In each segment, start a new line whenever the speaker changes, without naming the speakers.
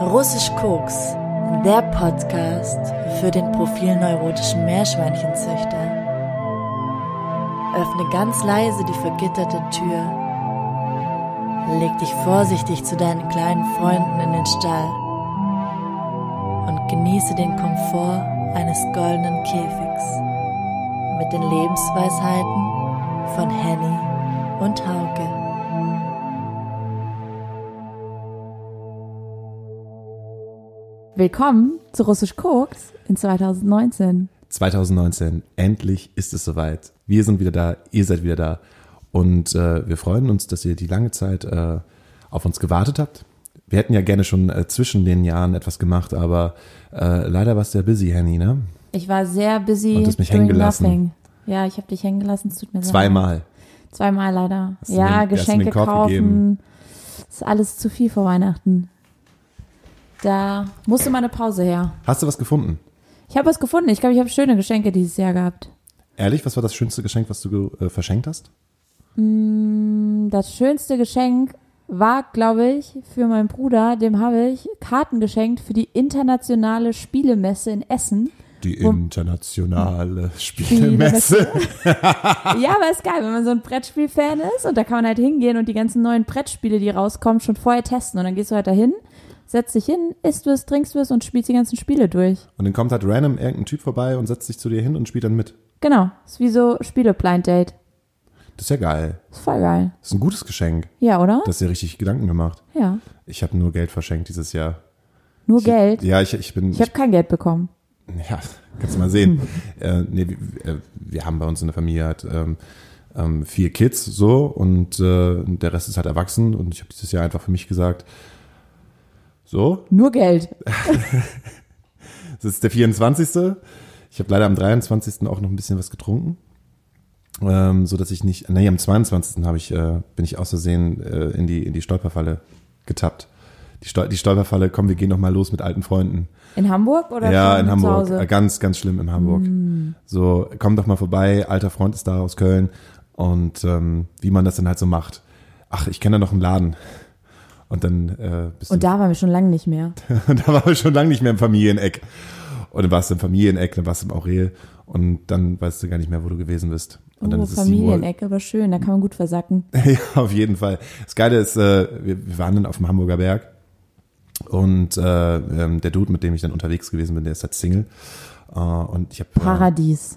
Russisch Koks, der Podcast für den profilneurotischen Meerschweinchenzüchter. Öffne ganz leise die vergitterte Tür. Leg dich vorsichtig zu deinen kleinen Freunden in den Stall und genieße den Komfort eines goldenen Käfigs mit den Lebensweisheiten von Henny und Hauke.
Willkommen zu Russisch Koks in 2019.
2019, endlich ist es soweit. Wir sind wieder da, ihr seid wieder da. Und äh, wir freuen uns, dass ihr die lange Zeit äh, auf uns gewartet habt. Wir hätten ja gerne schon äh, zwischen den Jahren etwas gemacht, aber äh, leider warst du ja busy, Henny, ne?
Ich war sehr busy
Und hast mich
doing
hängen gelassen.
nothing. Ja, ich habe dich hängen gelassen, es tut mir
Zweimal.
leid. Zweimal leider.
Hast du mir-
Ja,
hast du mir
Geschenke
den Korb
kaufen.
gegeben?
Ist alles zu viel vor Weihnachten. Da musste mal eine Pause her.
Hast du was gefunden?
Ich habe was gefunden. Ich glaube, ich habe schöne Geschenke dieses Jahr gehabt.
Ehrlich, was war das schönste Geschenk, was du ge- äh, verschenkt hast?
Das schönste Geschenk war, glaube ich, für meinen Bruder, dem habe ich Karten geschenkt für die internationale Spielemesse in Essen.
Die
Wo-
internationale Spielemesse.
Ja, aber ist geil, wenn man so ein Brettspiel-Fan ist und da kann man halt hingehen und die ganzen neuen Brettspiele, die rauskommen, schon vorher testen. Und dann gehst du halt dahin, setzt dich hin, isst was, trinkst was und spielst die ganzen Spiele durch.
Und dann kommt halt random irgendein Typ vorbei und setzt sich zu dir hin und spielt dann mit.
Genau, ist wie so Spiele-Blind Date.
Das ist ja geil.
Ist voll geil.
Das ist ein gutes Geschenk.
Ja, oder?
Du hast dir richtig Gedanken gemacht.
ja.
Ich habe nur Geld verschenkt dieses Jahr.
Nur Geld.
Ja, ich, ich bin.
Ich habe kein Geld bekommen.
Ja, kannst du mal sehen. äh, nee, wir, äh, wir haben bei uns in der Familie halt ähm, ähm, vier Kids so und äh, der Rest ist halt erwachsen und ich habe dieses Jahr einfach für mich gesagt, so,
Nur Geld.
es ist der 24. Ich habe leider am 23. auch noch ein bisschen was getrunken. Ähm, so dass ich nicht, nee, am 22. habe ich, äh, bin ich aus Versehen äh, in die, in die Stolperfalle getappt. Die, Stol die Stolperfalle, komm, wir gehen noch mal los mit alten Freunden.
In Hamburg oder
ja,
schon
in
zu
Hamburg. Ah, Äh,
Hause? Hm.
Ganz, ganz schlimm in Hamburg. So, komm doch mal vorbei, alter Freund ist da aus Köln. Und ähm, wie man das dann halt so macht. Ach, ich kenne da noch einen Laden. Und dann äh, bist
Und
du.
da waren wir schon lange nicht mehr.
und da war ich schon lange nicht mehr im Familieneck. Und dann warst du im Familieneck, dann warst du im Aurel und dann weißt du gar nicht mehr, wo du gewesen bist. Und dann
oh,
ist es sieben Uhr.
Familienecke, aber schön, da kann man gut versacken.
ja, auf jeden Fall. Das Geile ist, äh, wir, wir waren dann auf dem Hamburger Berg und äh, ähm, der Dude, mit dem ich dann unterwegs gewesen bin, der ist halt Single. Äh, und ich habe
Paradies.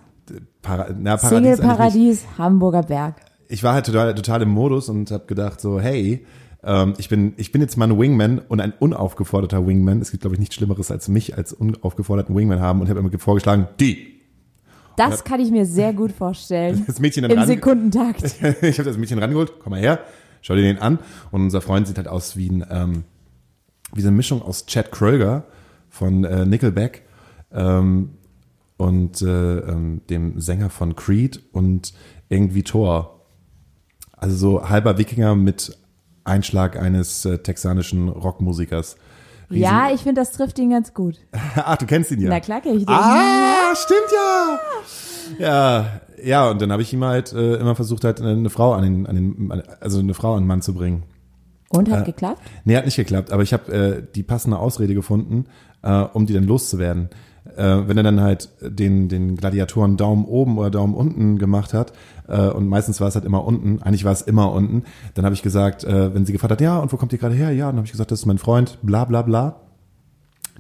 Para na, Paradies
Single
eigentlich nicht.
Paradies, Hamburger Berg.
Ich war halt total, total im Modus und habe gedacht so, hey, ähm, ich, bin, ich bin jetzt mal ein Wingman und ein unaufgeforderter Wingman. Es gibt, glaube ich, nichts Schlimmeres als mich als unaufgeforderten Wingman haben. Und ich habe immer vorgeschlagen, die.
Das kann ich mir sehr gut vorstellen.
Das Mädchen dann
Im
ran-
Sekundentakt.
ich habe das Mädchen rangeholt, komm mal her, schau dir den an. Und unser Freund sieht halt aus wie, ein, ähm, wie so eine Mischung aus Chad Kroeger von äh, Nickelback ähm, und äh, ähm, dem Sänger von Creed und irgendwie Thor. Also so halber Wikinger mit Einschlag eines äh, texanischen Rockmusikers. Riesen-
Ja, ich finde, das trifft ihn ganz gut.
Ach, du kennst ihn ja.
Na klar, kenn ich den.
Ah, stimmt ja. Ja, ja, und dann habe ich ihm halt äh, immer versucht, halt eine Frau an den, an den, an- also eine Frau an den Mann zu bringen.
Und hat geklappt?
Nee, hat nicht geklappt, aber ich habe äh, die passende Ausrede gefunden, äh, um die dann loszuwerden. Äh, wenn er dann halt den, den Gladiatoren Daumen oben oder Daumen unten gemacht hat, äh, und meistens war es halt immer unten, eigentlich war es immer unten, dann habe ich gesagt, äh, wenn sie gefragt hat, ja, und wo kommt ihr gerade her? Ja, dann habe ich gesagt, das ist mein Freund, bla bla bla.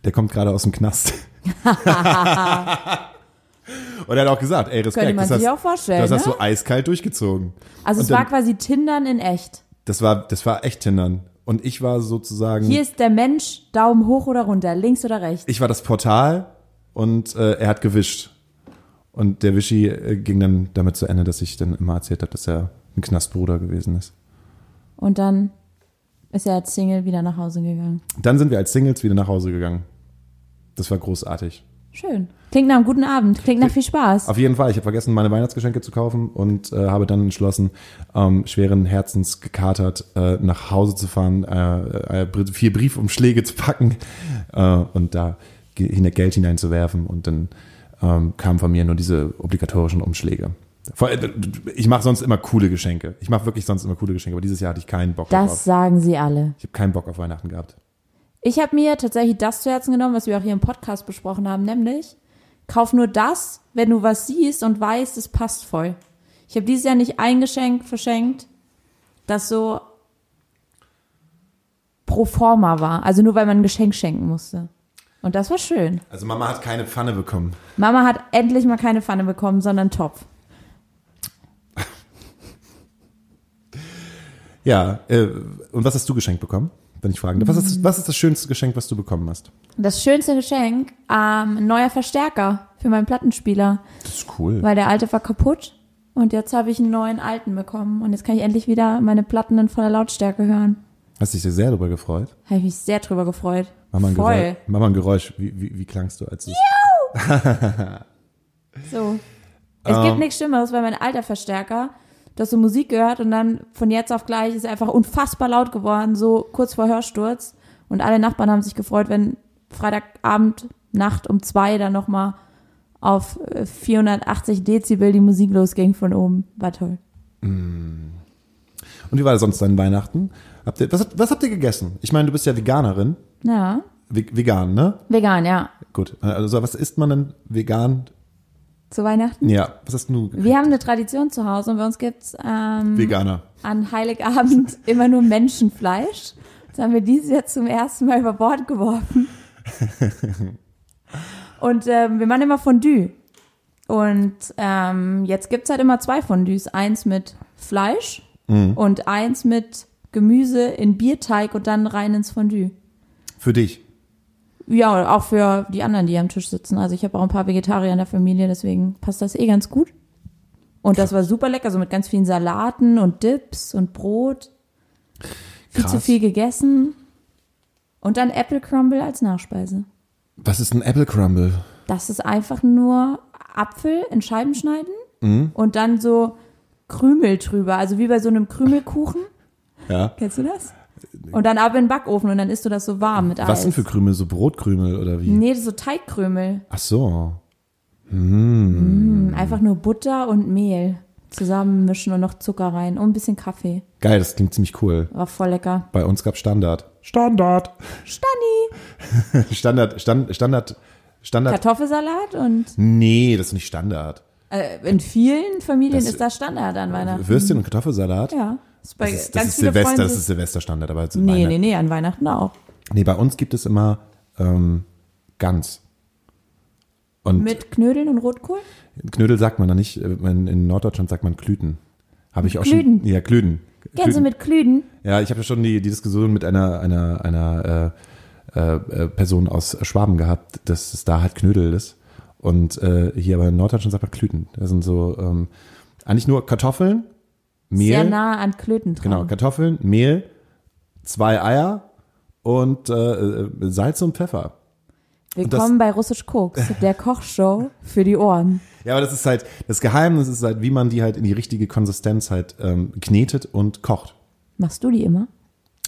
Der kommt gerade aus dem Knast. und er hat auch gesagt, ey, Respekt.
Könnte man
das
sich
hast,
auch vorstellen,
Das hast
ne?
du eiskalt durchgezogen.
Also
Und
es war
dann-
quasi Tindern in echt.
das war, das war echt Tindern. Und ich war sozusagen.
Hier ist der Mensch, Daumen hoch oder runter, links oder rechts.
ich war das Portal und äh, er hat gewischt. Und der Wischi äh, ging dann damit zu Ende, dass ich dann immer erzählt habe, dass er ein Knastbruder gewesen ist.
Und dann ist er als Single wieder nach Hause gegangen.
Dann sind wir als Singles wieder nach Hause gegangen. Das war großartig.
Schön. Klingt nach einem guten Abend. Klingt nach viel Spaß.
Auf jeden Fall, ich habe vergessen, meine Weihnachtsgeschenke zu kaufen und äh, habe dann entschlossen, ähm, schweren Herzens gekatert, äh, nach Hause zu fahren, äh, äh, Br- vier Briefumschläge zu packen äh, und da ge- hin- Geld hineinzuwerfen. Und dann ähm, kamen von mir nur diese obligatorischen Umschläge. Vor- äh, Ich mache sonst immer coole Geschenke. Ich mache wirklich sonst immer coole Geschenke, aber dieses Jahr hatte ich keinen Bock
Das
drauf.
sagen sie alle.
Ich habe keinen Bock auf Weihnachten gehabt.
Ich habe mir tatsächlich das zu Herzen genommen, was wir auch hier im Podcast besprochen haben, nämlich kauf nur das, wenn du was siehst und weißt, es passt voll. Ich habe dieses Jahr nicht eingeschenkt, verschenkt, das so pro forma war. Also nur, weil man ein Geschenk schenken musste. Und das war schön.
Also Mama hat keine Pfanne bekommen.
Mama hat endlich mal keine Pfanne bekommen, sondern einen Topf.
Ja, äh, und was hast du geschenkt bekommen, wenn ich fragen darf? Was ist, was ist das schönste Geschenk, was du bekommen hast?
Das schönste Geschenk, ähm, ein neuer Verstärker für meinen Plattenspieler.
Das ist cool.
weil der alte war kaputt und jetzt habe ich einen neuen alten bekommen und jetzt kann ich endlich wieder meine Platten in voller Lautstärke hören.
Hast dich sehr darüber gefreut?
Habe ich mich sehr drüber gefreut.
Mach mal ein Geräusch.
Voll.
Mach mal ein Geräusch. Wie, wie, wie klangst du, als du es
So. Es gibt nichts Schlimmeres, weil mein alter Verstärker, dass so Musik gehört und dann von jetzt auf gleich ist er einfach unfassbar laut geworden, so kurz vor Hörsturz. Und alle Nachbarn haben sich gefreut, wenn Freitagabend, Nacht um zwei dann nochmal auf äh, 480 Dezibel die Musik losging von oben. War toll.
Und wie war sonst dein Weihnachten? Habt ihr, was, habt- was habt ihr gegessen? Ich meine, du bist ja Veganerin.
Ja.
Ve- Vegan, ne?
Vegan, ja.
Gut. Also was isst man denn vegan?
Zu Weihnachten.
Ja, was hast du?
Wir haben eine Tradition zu Hause und bei uns gibt's ähm,
Veganer.
an Heiligabend immer nur Menschenfleisch. Das haben wir dieses Jahr zum ersten Mal über Bord geworfen. Und ähm, wir machen immer Fondue. Und ähm, jetzt gibt's halt immer zwei Fondues. Eins mit Fleisch und eins mit Gemüse in Bierteig und dann rein ins Fondue.
Für dich.
Ja, und auch für die anderen, die am Tisch sitzen. Also ich habe auch ein paar Vegetarier in der Familie, deswegen passt das eh ganz gut. Und das war super lecker, so mit ganz vielen Salaten und Dips und Brot. Viel
Krass.
zu viel gegessen. Und dann Apple Crumble als Nachspeise.
Was ist ein Apple Crumble?
Das ist einfach nur Apfel in Scheiben schneiden
Mhm.
und dann so Krümel drüber. Also wie bei so einem Krümelkuchen.
Ja.
Kennst du das? Und dann ab in den Backofen und dann isst du das so warm mit Eis.
Was sind für Krümel? So Brotkrümel oder wie?
Nee, das ist so Teigkrümel.
Ach so. Mhm.
Einfach nur Butter und Mehl zusammenmischen und noch Zucker rein und ein bisschen Kaffee.
Geil, das klingt ziemlich cool.
War voll lecker.
Bei uns gab Standard. Standard.
Stanni!
Standard, Stand, Standard, Standard.
Kartoffelsalat und
nee, das ist nicht Standard.
äh, in vielen Familien
Das-
ist das Standard an Weihnachten.
Würstchen und Kartoffelsalat?
Ja. Ist bei
Das ist, das
ganz
ist
viele
Silvester,
Freunde.
das ist Silvesterstandard, aber nee,
nee, nee, nee, an Weihnachten auch.
Nee, bei uns gibt es immer ähm, Gans. Und
Mit Knödeln und Rotkohl?
Knödel sagt man da nicht, äh, man- in Norddeutschland sagt man Klüten. Habe ich auch
Klüten?
schon. Ja, Klüten.
Gänse
Klüten.
mit Klüden.
Ja, ich habe ja schon die, die Diskussion mit einer, einer, einer äh, äh, äh, Person aus Schwaben gehabt, dass es da halt Knödel ist. Und äh, hier aber in Norddeutschland sagt man Klüten. Das sind so ähm, eigentlich nur Kartoffeln, Mehl.
Sehr nah an Klöten dran.
Genau, Kartoffeln, Mehl, zwei Eier und äh, äh, Salz und Pfeffer. das-
Willkommen bei Russisch Koks, der Kochshow für die Ohren.
Ja, aber das ist halt, das Geheimnis ist halt, wie man die halt in die richtige Konsistenz halt ähm, knetet und kocht.
Machst du die immer?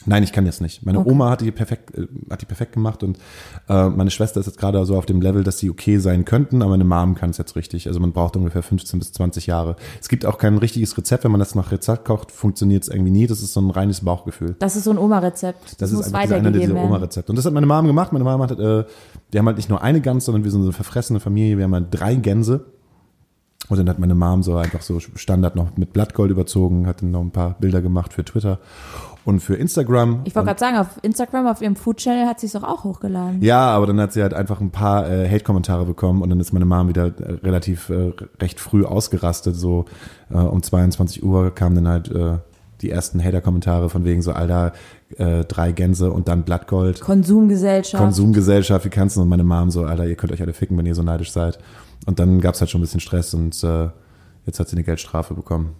Nein, ich kann das nicht. Meine
Okay.
Oma hat die perfekt, äh, hat die perfekt gemacht und äh, meine Schwester ist jetzt gerade so auf dem Level, dass sie okay sein könnten, aber meine Mom kann es jetzt richtig. Also man braucht ungefähr 15 bis 20 Jahre. Es gibt auch kein richtiges Rezept. Wenn man das nach Rezept kocht, funktioniert es irgendwie nie. Das ist so ein reines Bauchgefühl.
Das ist so ein Oma-Rezept. Das,
Das,
muss
ist einfach dieser, einer
weitergegeben
dieser
werden.
Oma-Rezepte. Und das hat meine Mom gemacht. Meine Mom hat, äh, wir haben halt nicht nur eine Gans, sondern wir sind so eine verfressene Familie. Wir haben halt drei Gänse. Und dann hat meine Mom so einfach so Standard noch mit Blattgold überzogen, hat dann noch ein paar Bilder gemacht für Twitter und für Instagram.
Ich wollte
Und-
gerade sagen, auf Instagram, auf ihrem Food-Channel hat sie es doch auch hochgeladen.
ja, aber dann hat sie halt einfach ein paar äh, Hate-Kommentare bekommen und dann ist meine Mom wieder äh, relativ äh, recht früh ausgerastet. So äh, um 22 Uhr kamen dann halt äh, die ersten Hater-Kommentare von wegen so, Alter, äh, drei Gänse und dann Blattgold.
Konsumgesellschaft.
Konsumgesellschaft, wie kannst du? Und meine Mom so, Alter, ihr könnt euch alle ficken, wenn ihr so neidisch seid. Und dann gab's halt schon ein bisschen Stress und äh, jetzt hat sie eine Geldstrafe bekommen.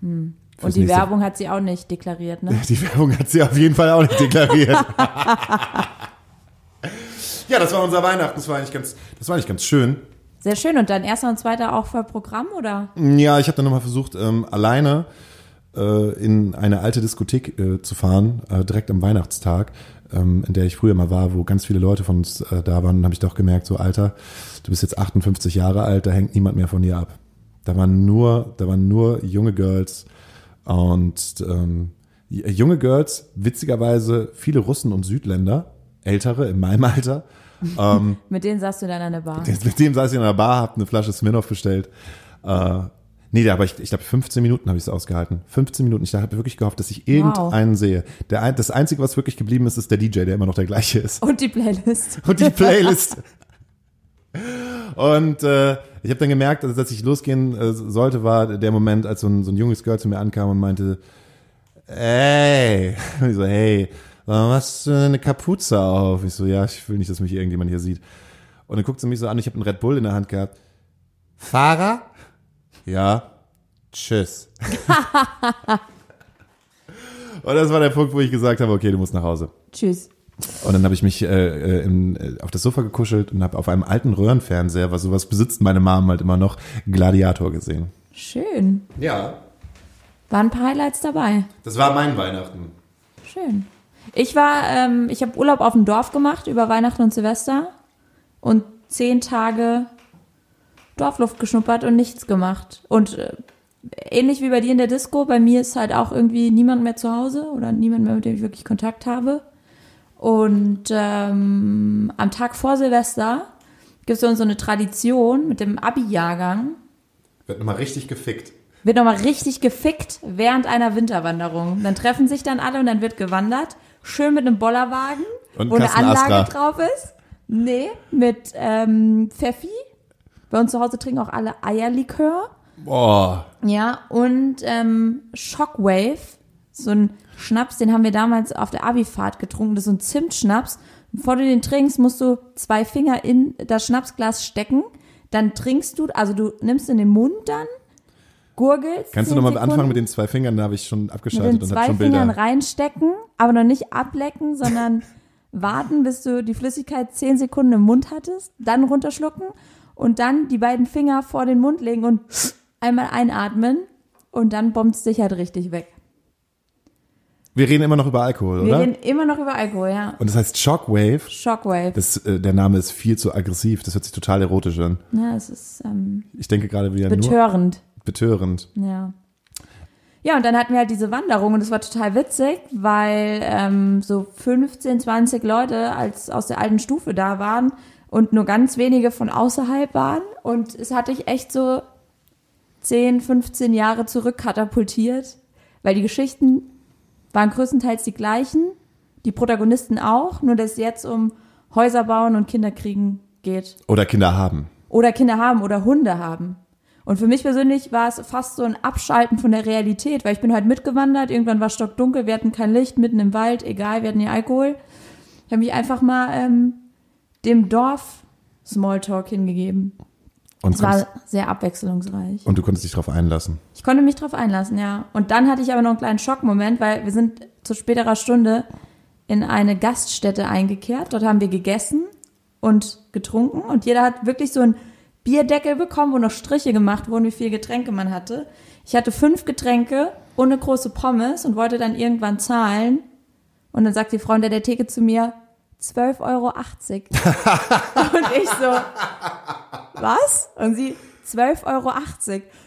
und
fürs
die
nächste-
Werbung hat sie auch nicht deklariert, ne?
Die Werbung hat sie auf jeden Fall auch nicht deklariert. ja, das war unser Weihnachten. Das war eigentlich ganz, das war eigentlich ganz schön.
Sehr schön. Und dann erster und zweiter auch voll Programm, oder?
Ja, ich habe dann nochmal versucht, ähm, alleine äh, in eine alte Diskothek äh, zu fahren, äh, direkt am Weihnachtstag, ähm, in der ich früher mal war, wo ganz viele Leute von uns äh, da waren. Und habe ich doch gemerkt, so Alter, du bist jetzt 58 Jahre alt, da hängt niemand mehr von dir ab. Da waren nur, da waren nur junge Girls und ähm, j- junge Girls, witzigerweise viele Russen und Südländer, Ältere in meinem Alter. Ähm,
Mit denen saßt du dann an der Bar.
das- mit dem saß ich in einer Bar, hab eine Flasche Smirnoff bestellt. Äh, nee, aber ich, ich glaube, 15 Minuten habe ich es ausgehalten. 15 Minuten. Ich habe wirklich gehofft, dass ich irgendeinen sehe. Der, ein- das Einzige, was wirklich geblieben ist, ist der DJ, der immer noch der gleiche ist.
Und die Playlist.
und die Playlist. Und äh, ich habe dann gemerkt, also, dass ich losgehen äh, sollte, war der Moment, als so ein, so ein junges Girl zu mir ankam und meinte, ey, und ich so, hey, warum hast du denn eine Kapuze auf? Ich so, ja, ich will nicht, dass mich irgendjemand hier sieht. Und dann guckt sie mich so an, ich habe einen Red Bull in der Hand gehabt. Fahrer? Ja. Tschüss. und das war der Punkt, wo ich gesagt habe, okay, du musst nach Hause.
Tschüss.
Und dann habe ich mich äh, äh, in, äh, auf das Sofa gekuschelt und habe auf einem alten Röhrenfernseher, was sowas besitzt meine Mom halt immer noch, Gladiator gesehen.
Schön.
Ja,
Waren ein paar Highlights dabei.
das war mein Weihnachten.
Schön. Ich war, ähm, ich habe Urlaub auf dem Dorf gemacht über Weihnachten und Silvester und zehn Tage Dorfluft geschnuppert und nichts gemacht. Und äh, ähnlich wie bei dir in der Disco, bei mir ist halt auch irgendwie niemand mehr zu Hause oder niemand mehr, mit dem ich wirklich Kontakt habe. Und ähm, am Tag vor Silvester gibt es so eine Tradition mit dem Abi-Jahrgang.
Wird nochmal richtig gefickt.
Wird nochmal richtig gefickt während einer Winterwanderung. Dann treffen sich dann alle und dann wird gewandert. Schön mit einem Bollerwagen,
Und
wo eine
Kasten
Anlage
Astra.
drauf ist. Nee, mit ähm, Pfeffi. Bei uns zu Hause trinken auch alle Eierlikör.
Boah.
Ja, und ähm, Shockwave, so ein Schnaps, den haben wir damals auf der Abifahrt getrunken. Das ist so ein Zimtschnaps. Bevor du den trinkst, musst du zwei Finger in das Schnapsglas stecken. Dann trinkst du, also du nimmst in den Mund dann, gurgelst.
Kannst du
zehn
nochmal anfangen
Sekunden
mit den zwei Fingern? Da habe ich schon
mit
abgeschaltet
den
und habe
zwei
schon
Fingern
Bilder.
reinstecken, aber noch nicht ablecken, sondern warten, bis du die Flüssigkeit zehn Sekunden im Mund hattest, dann runterschlucken und dann die beiden Finger vor den Mund legen und einmal einatmen und dann bombst dich halt richtig weg.
Wir reden immer noch über Alkohol,
Wir
oder?
reden immer noch über Alkohol, ja.
Und das heißt Shockwave.
Shockwave.
Das, äh, der Name ist viel zu aggressiv. Das hört sich total erotisch an.
ja, es ist ähm,
Ich denke gerade wieder nur
betörend.
betörend.
Ja. Ja, und dann hatten wir halt diese Wanderung und es war total witzig, weil ähm, so 15, 20 Leute als aus der alten Stufe da waren und nur ganz wenige von außerhalb waren. Und es hatte ich echt so 10, 15 Jahre zurückkatapultiert, weil die Geschichten waren größtenteils die gleichen, die Protagonisten auch, nur dass es jetzt um Häuser bauen und Kinder kriegen geht
Oder Kinder haben.
oder Kinder haben oder Hunde haben. Und für mich persönlich war es fast so ein Abschalten von der Realität, weil ich bin halt mitgewandert, irgendwann war stockdunkel, wir hatten kein Licht, mitten im Wald, egal, wir hatten ja Alkohol. Ich habe mich einfach mal ähm, dem Dorf Smalltalk hingegeben.
Und,
Es
konntest,
war sehr abwechslungsreich.
und du konntest dich drauf einlassen.
Ich konnte mich drauf einlassen, ja. Und dann hatte ich aber noch einen kleinen Schockmoment, weil wir sind zu späterer Stunde in eine Gaststätte eingekehrt. Dort haben wir gegessen und getrunken und jeder hat wirklich so einen Bierdeckel bekommen, wo noch Striche gemacht wurden, wie viel Getränke man hatte. Ich hatte fünf Getränke und eine große Pommes und wollte dann irgendwann zahlen. Und dann sagt die Frau hinter der Theke zu mir, 12,80 Euro. und ich so, was? Und sie 12,80 Euro.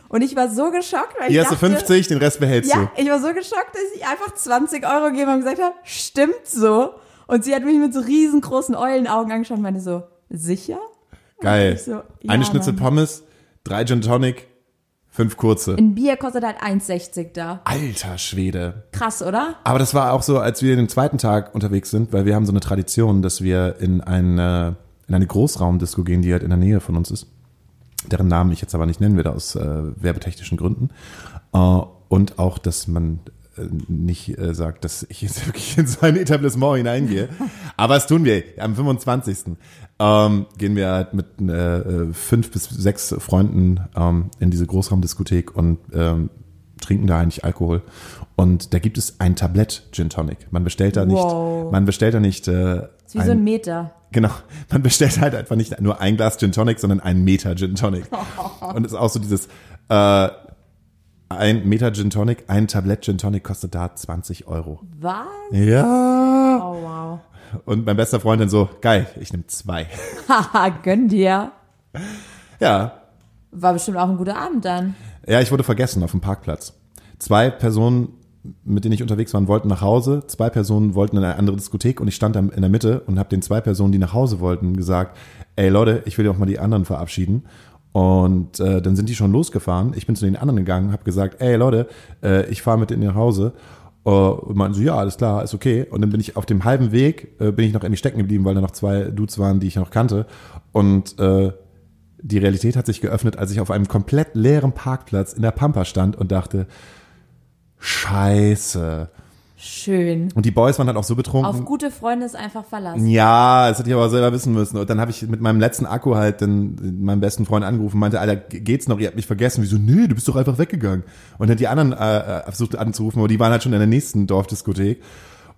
Und ich war so geschockt, weil
Hier
ich
hast du
dachte,
50, den Rest behältst
ja,
du.
ich war so geschockt, dass ich einfach 20 Euro gegeben habe und gesagt habe, stimmt so. Und sie hat mich mit so riesengroßen Eulenaugen angeschaut und meinte so, sicher?
Geil.
Ich so, ja,
Eine Schnitzel
Mann.
Pommes, drei Gin Tonic, fünf kurze.
Ein Bier kostet halt 1,60 da.
Alter Schwede.
Krass, oder?
Aber das war auch so, als wir den zweiten Tag unterwegs sind, weil wir haben so eine Tradition, dass wir in eine, in eine Großraumdisco gehen, die halt in der Nähe von uns ist. Deren Namen ich jetzt aber nicht nennen werde aus äh, werbetechnischen Gründen. Äh, und auch, dass man äh, nicht äh, sagt, dass ich jetzt wirklich in so ein Etablissement hineingehe. Aber das tun wir. Am 25. Ähm, gehen wir halt mit äh, äh, fünf bis sechs Freunden ähm, in diese Großraumdiskothek und ähm, trinken da eigentlich Alkohol. Und da gibt es ein Tablett Gin Tonic. Man bestellt da nicht,
Wow.
man bestellt da nicht äh,
Ist wie so ein Meter.
Genau. Man bestellt halt einfach nicht nur ein Glas Gin Tonic, sondern einen Meter Gin Tonic. Und es ist auch so dieses, äh, ein Meter Gin Tonic, ein Tablett Gin Tonic kostet da 20 Euro.
Was?
Ja.
Oh, wow.
Und mein bester Freund dann so, geil, ich nehme zwei.
Haha, gönn dir.
Ja.
War bestimmt auch ein guter Abend dann.
Ja, ich wurde vergessen auf dem Parkplatz. Zwei Personen mit denen ich unterwegs war, wollten nach Hause. Zwei Personen wollten in eine andere Diskothek und ich stand da in der Mitte und habe den zwei Personen, die nach Hause wollten, gesagt, ey Leute, ich will ja auch mal die anderen verabschieden. Und äh, dann sind die schon losgefahren. Ich bin zu den anderen gegangen, habe gesagt, ey Leute, äh, ich fahre mit denen nach Hause. Äh, und meinten so, ja, alles klar, ist okay. Und dann bin ich auf dem halben Weg, äh, bin ich noch irgendwie stecken geblieben, weil da noch zwei Dudes waren, die ich noch kannte. Und äh, die Realität hat sich geöffnet, als ich auf einem komplett leeren Parkplatz in der Pampa stand und dachte, scheiße.
Schön.
Und die Boys waren halt auch so betrunken.
Auf gute Freunde ist einfach verlassen.
Ja, das hätte ich aber selber wissen müssen. Und dann habe ich mit meinem letzten Akku halt den, meinen besten Freund angerufen, meinte, Alter, geht's noch? Ihr habt mich vergessen. Wieso? Nee, du bist doch einfach weggegangen. Und dann die anderen äh, äh, versucht anzurufen, aber die waren halt schon in der nächsten Dorfdiskothek.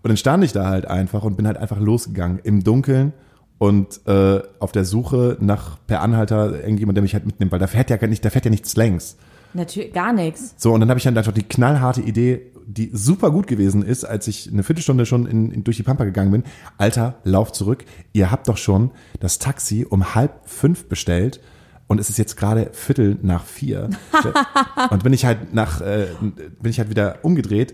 Und dann stand ich da halt einfach und bin halt einfach losgegangen im Dunkeln und äh, auf der Suche nach per Anhalter irgendjemand, der mich halt mitnimmt, weil da fährt ja gar nicht, da fährt ja nichts längs.
Natürlich, gar nichts.
So, und dann habe ich dann einfach die knallharte Idee, die super gut gewesen ist, als ich eine Viertelstunde schon in, in, durch die Pampa gegangen bin. Alter, lauf zurück. Ihr habt doch schon das Taxi um halb fünf bestellt. Und es ist jetzt gerade Viertel nach vier. und bin ich halt nach, äh, bin ich halt wieder umgedreht,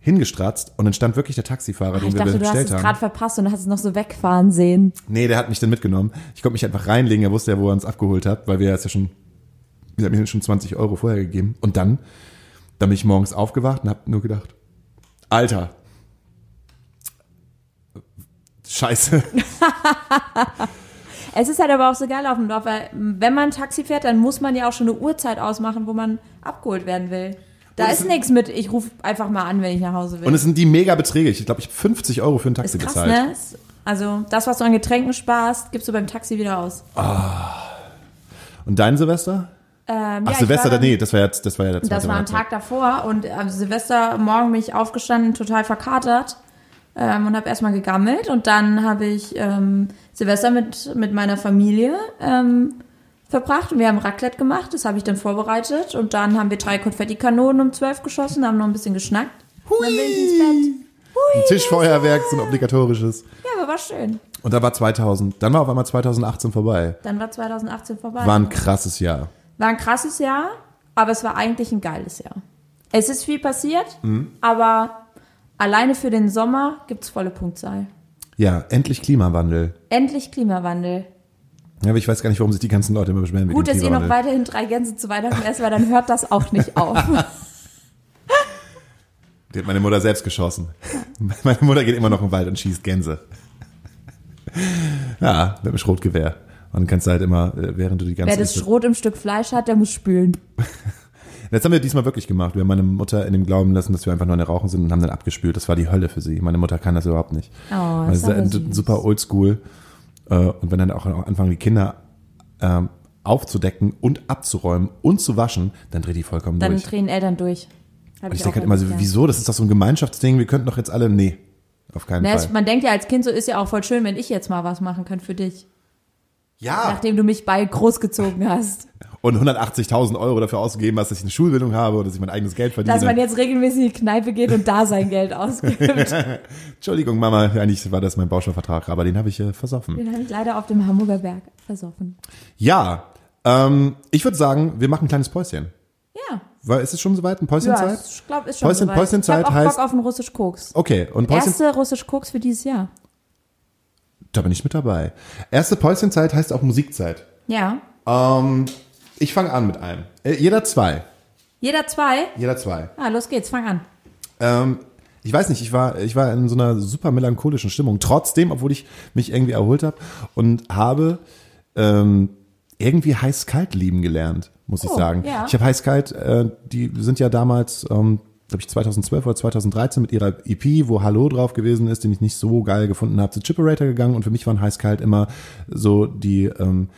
hingestratzt und dann stand wirklich der Taxifahrer, den
Ich
wir
dachte, du hast
bestellt
es
haben.
gerade verpasst und hast es noch so wegfahren sehen.
Nee, der hat mich dann mitgenommen. Ich konnte mich einfach reinlegen. Er wusste ja, wo er uns abgeholt hat, weil wir es ja schon, wir haben ihm schon 20 Euro vorher gegeben. Und dann, dann bin ich morgens aufgewacht und habe nur gedacht, Alter, Scheiße.
Es ist halt aber auch so geil auf dem Dorf, weil m, wenn man Taxi fährt, dann muss man ja auch schon eine Uhrzeit ausmachen, wo man abgeholt werden will. Da
Und es
ist
sind-
nichts mit, ich rufe einfach mal an, wenn ich nach Hause will.
Und es sind die mega Beträge. Ich glaube, ich habe 50 Euro für ein Taxi
ist krass,
bezahlt.
ne? Also das, was du an Getränken sparst, gibst du beim Taxi wieder aus.
Und dein Silvester?
Ähm,
Ach,
ja, ich
Silvester,
war dann-
nee, das war ja, das war ja der zweite
Das war am
Weihnachtstag.
Tag davor und am Silvestermorgen bin ich aufgestanden, total verkatert ähm, und habe erstmal gegammelt und dann habe ich ähm, Silvester mit, mit meiner Familie ähm, verbracht und wir haben Raclette gemacht, das habe ich dann vorbereitet und dann haben wir drei Konfettikanonen um zwölf geschossen, haben noch ein bisschen geschnackt. Hui. Dann bin ich ins Bett.
Ein Tischfeuerwerk, so ein obligatorisches.
Ja, aber war schön.
Und da war 2000, dann war auf einmal 2018 vorbei.
Dann war 2018 vorbei.
War ein krasses Jahr.
War ein krasses Jahr, aber es war eigentlich ein geiles Jahr. Es ist viel passiert,
Mhm.
aber alleine für den Sommer gibt's volle Punktzahl.
Ja, endlich Klimawandel.
Endlich Klimawandel.
Ja, aber ich weiß gar nicht, warum sich die ganzen Leute immer beschweren wegen
Gut, dass ihr noch
Klimawandel.
weiterhin drei Gänse zu Weihnachten esst, weil dann hört das auch nicht auf.
Die hat meine Mutter selbst geschossen. Meine Mutter geht immer noch im Wald und schießt Gänse. Ja, mit einem Schrotgewehr. Und kannst halt immer, äh, während du die ganze
Wer das Schrot im Stück Fleisch hat, der muss spülen.
Das haben wir diesmal wirklich gemacht. Wir haben meine Mutter in dem Glauben lassen, dass wir einfach nur eine Rauchen sind und haben dann abgespült. Das war die Hölle für sie. Meine Mutter kann das überhaupt nicht.
Oh,
Weil
das
sie
ist aber
ist, äh,
süß.
super oldschool. Äh, Und wenn dann auch auch anfangen, die Kinder ähm, aufzudecken und abzuräumen und zu waschen, dann dreht die vollkommen
Dann
durch.
drehen Eltern durch. Hab
Und ich
auch
denke halt immer so,
erlebt, ja.
wieso? Das ist doch so ein Gemeinschaftsding. Wir könnten doch jetzt alle, nee, auf keinen
Na, es-
Fall.
man denkt ja als Kind so, ist ja auch voll schön, wenn ich jetzt mal was machen kann für dich.
Ja.
Nachdem du mich bei großgezogen hast.
Und 180.000 Euro dafür ausgegeben hast, dass ich eine Schulbildung habe oder dass ich mein eigenes Geld verdiene.
Dass man jetzt regelmäßig in die Kneipe geht und da sein Geld ausgibt.
Entschuldigung, Mama, eigentlich war das mein Bausparvertrag, aber den habe ich äh, versoffen.
Den habe ich leider auf dem Hamburger Berg versoffen.
Ja, ähm, ich würde sagen, wir machen ein kleines Päuschen.
Ja.
Weil ist es schon soweit? Ein
ja
Päuschenzeit?
ich glaube, ist schon
Päuschen-
soweit.
Päuschenzeit
ich hab auch
heißt-
Bock auf einen russisch Koks.
Okay, und Päuschen,
Erste russisch Koks für dieses Jahr.
da bin ich mit dabei. Erste Päuschenzeit heißt auch Musikzeit.
Ja.
Ähm, ich fange an mit einem. Äh, jeder zwei.
Jeder zwei.
Jeder zwei.
Ah, los geht's, fang an.
Ähm, ich weiß nicht, ich war, ich war in so einer super melancholischen Stimmung. Trotzdem, obwohl ich mich irgendwie erholt habe und habe ähm, irgendwie heiß-kalt lieben gelernt, muss ich
Oh,
sagen.
ja.
Ich habe heiß-kalt, äh, die sind ja damals, ähm, glaube ich, 2012 oder 2013 mit ihrer EP, wo Hallo drauf gewesen ist, den ich nicht so geil gefunden habe, zu Chipperator gegangen und für mich waren heiß-kalt immer so die ähm,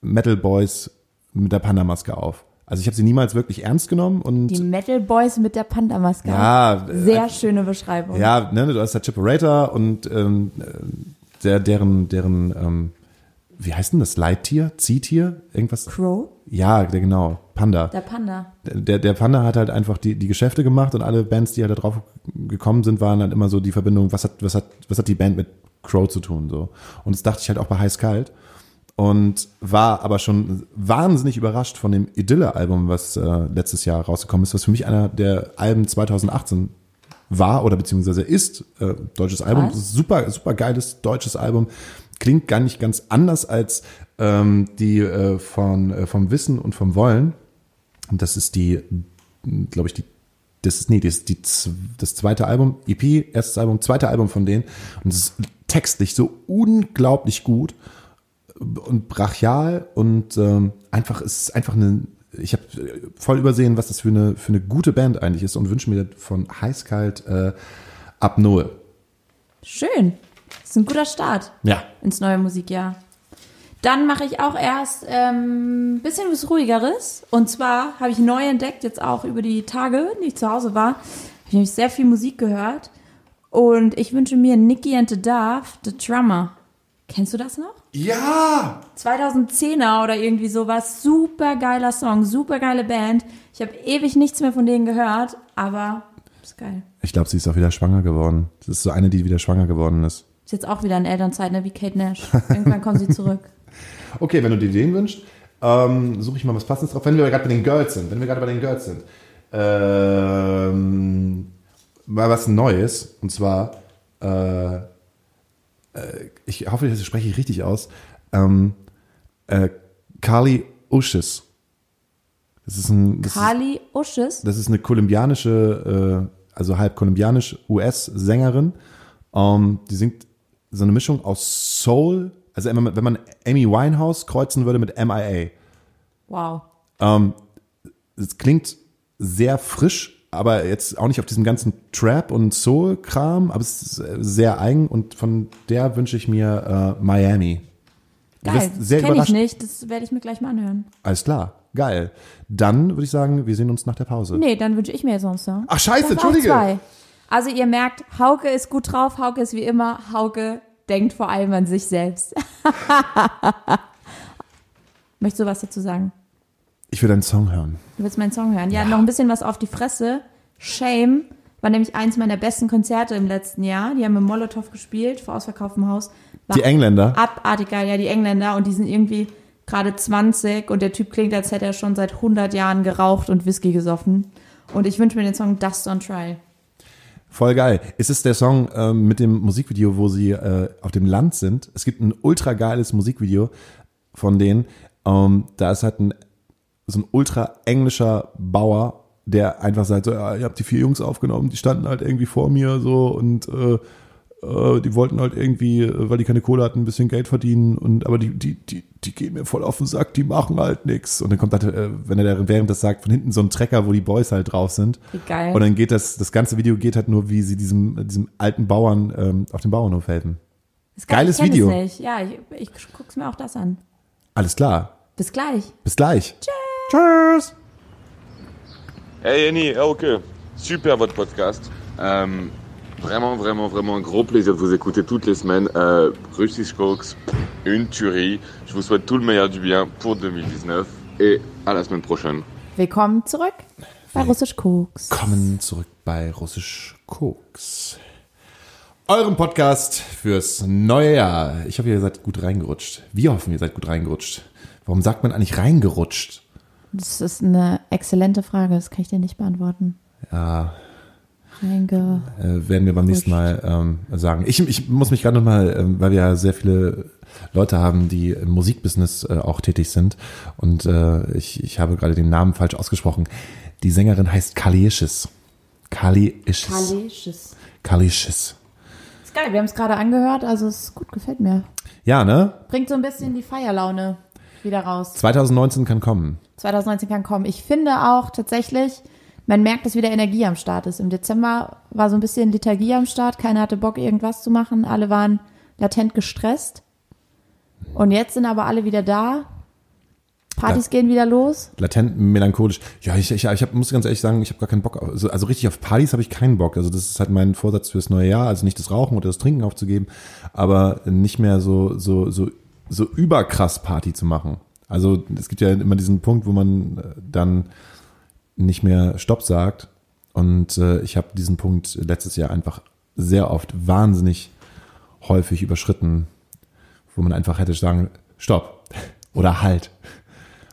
Metal Boys mit der Pandamaske auf. Also ich habe sie niemals wirklich ernst genommen und
Die Metal Boys mit der Panda-Maske.
ja, äh,
Sehr schöne Beschreibung.
ja, ne, du hast da Chipperator und ähm, der, deren, deren, ähm, wie heißt denn das? Leittier? Ziehtier? Irgendwas?
Crow?
Ja, der, genau. Panda.
Der Panda.
Der, der Panda hat halt einfach die, die Geschäfte gemacht und alle Bands, die halt da drauf gekommen sind, waren halt immer so die Verbindung, was hat, was hat, was hat die Band mit Crow zu tun, so. Und das dachte ich halt auch bei Heiß Kalt. Und war aber schon wahnsinnig überrascht von dem Idylle-Album, was äh, letztes Jahr rausgekommen ist, was für mich einer der Alben 2018 war oder beziehungsweise ist. Äh, deutsches Album, super, super geiles deutsches Album. Klingt gar nicht ganz anders als ähm, die äh, von, äh, vom Wissen und vom Wollen. Und das ist die, glaube ich, die das ist, nee, das ist die, das zweite Album, EP, erstes Album, zweite Album von denen. Und es ist textlich so unglaublich gut und brachial und ähm, einfach, es ist einfach eine, ich habe voll übersehen, was das für eine, für eine gute Band eigentlich ist und wünsche mir von heißkalt äh, ab Null.
Schön. Das ist ein guter Start
Ja.
ins neue Musikjahr. Dann mache ich auch erst ein ähm, bisschen was Ruhigeres. Und zwar habe ich neu entdeckt, jetzt auch über die Tage, die ich zu Hause war, habe ich nämlich sehr viel Musik gehört. Und ich wünsche mir Nicky and the Daft, The Drummer. Kennst du das noch?
Ja!
2010er oder irgendwie sowas. Super geiler Song, super geile Band. Ich habe ewig nichts mehr von denen gehört, aber ist geil.
Ich glaube, sie ist auch wieder schwanger geworden. Das ist so eine, die wieder schwanger geworden ist.
Ist jetzt auch wieder in Elternzeit, ne? Wie Kate Nash. Irgendwann kommt sie zurück.
Okay, wenn du dir den wünschst, ähm, suche ich mal was Passendes drauf. Wenn wir gerade bei den Girls sind, wenn wir gerade bei den Girls sind, ähm, mal was Neues und zwar, äh, äh, ich hoffe, das spreche ich richtig aus. Ähm, äh, Carly Ushes. Das ist ein, das ist,
Carly Usches.
das ist eine kolumbianische, äh, also halb kolumbianisch US-Sängerin. Ähm, die singt so eine Mischung aus Soul, also wenn man, wenn man Amy Winehouse kreuzen würde mit MIA.
Wow.
Ähm, es klingt sehr frisch, aber jetzt auch nicht auf diesem ganzen Trap und Soul-Kram, aber es ist sehr eigen und von der wünsche ich mir äh, Miami. Du
Geil.
wirst sehr
Kenne ich
überrascht.
nicht. Das werde ich mir gleich mal anhören.
Alles klar, geil. Dann würde ich sagen, wir sehen uns nach der Pause.
Nee, dann wünsche ich mir jetzt noch einen Song.
Ach, scheiße,
Das waren
Entschuldige.
Zwei. Also ihr merkt, Hauke ist gut drauf. Hauke ist wie immer. Hauke denkt vor allem an sich selbst. Möchtest du was dazu sagen?
Ich will einen Song hören.
Du willst meinen Song hören? Ja, noch ein bisschen was auf die Fresse. Shame war nämlich eins meiner besten Konzerte im letzten Jahr. Die haben im Molotow gespielt, vor ausverkauftem Haus. War
Die Engländer.
Abartig geil, ja, die Engländer. Und die sind irgendwie gerade 20 und der Typ klingt, als hätte er schon seit 100 Jahren geraucht und Whisky gesoffen. Und ich wünsche mir den Song Dust on Trial.
Voll geil. Es ist der Song ähm, mit dem Musikvideo, wo sie äh, auf dem Land sind. Es gibt ein ultra geiles Musikvideo von denen. Ähm, da ist halt ein, so ein ultra englischer Bauer, der einfach sagt, so, ja, ich habe die vier Jungs aufgenommen, die standen halt irgendwie vor mir so und äh, äh, die wollten halt irgendwie, äh, weil die keine Kohle hatten, ein bisschen Geld verdienen und aber die, die, die, die gehen mir voll auf den Sack, die machen halt nichts. Und dann kommt halt, äh, wenn er da während das sagt, von hinten so ein Trecker, wo die Boys halt drauf sind.
Wie geil.
Und dann geht das, das ganze Video geht halt nur, wie sie diesem, diesem alten Bauern ähm, auf dem Bauernhof helfen.
Ist geil,
Geiles
ich kenn
Video.
Es nicht. Ja, ich, ich guck's mir auch das an.
Alles klar.
Bis gleich.
Bis gleich. Tschüss.
Hey Jenny, Elke, super votre podcast. Euh, vraiment, vraiment, vraiment un gros plaisir de vous écouter toutes les semaines. Euh, Rusty Cox, une tuerie. Je vous souhaite tout le meilleur du bien pour 2019 et à la semaine prochaine.
Willkommen zurück bei Russisch Koks.
Kommen zurück bei Russisch Koks. Eurem Podcast fürs neue Jahr. Ich hoffe, ihr seid gut reingerutscht. Wir hoffen, ihr seid gut reingerutscht. Warum sagt man eigentlich reingerutscht?
Das ist eine exzellente Frage, das kann ich dir nicht beantworten.
Ja,
Reinge.
äh, werden wir beim nächsten Mal ähm, sagen. Ich, ich muss mich gerade nochmal, ähm, weil wir ja sehr viele Leute haben, die im Musikbusiness äh, auch tätig sind und äh, ich, ich habe gerade den Namen falsch ausgesprochen. Die Sängerin heißt Kali Ischis. Kali Ischis.
Kalisches.
Kali Ischis.
Ist geil, wir haben es gerade angehört, also es ist gut, gefällt mir.
Ja, ne?
Bringt so ein bisschen die Feierlaune wieder raus.
2019 kann kommen.
2019 kann kommen. Ich finde auch tatsächlich, man merkt, dass wieder Energie am Start ist. Im Dezember war so ein bisschen Lethargie am Start, keiner hatte Bock, irgendwas zu machen, alle waren latent gestresst. Und jetzt sind aber alle wieder da. Partys gehen wieder los.
Latent melancholisch. Ja, ich, ich, ich hab, muss ganz ehrlich sagen, ich habe gar keinen Bock. Auf, also, also richtig auf Partys habe ich keinen Bock. Also das ist halt mein Vorsatz fürs neue Jahr. Also nicht das Rauchen oder das Trinken aufzugeben, aber nicht mehr so so so so überkrass Party zu machen. Also es gibt ja immer diesen Punkt, wo man äh, dann nicht mehr Stopp sagt. Und äh, ich habe diesen Punkt letztes Jahr einfach sehr oft wahnsinnig häufig überschritten, wo man einfach hätte sagen Stopp oder Halt.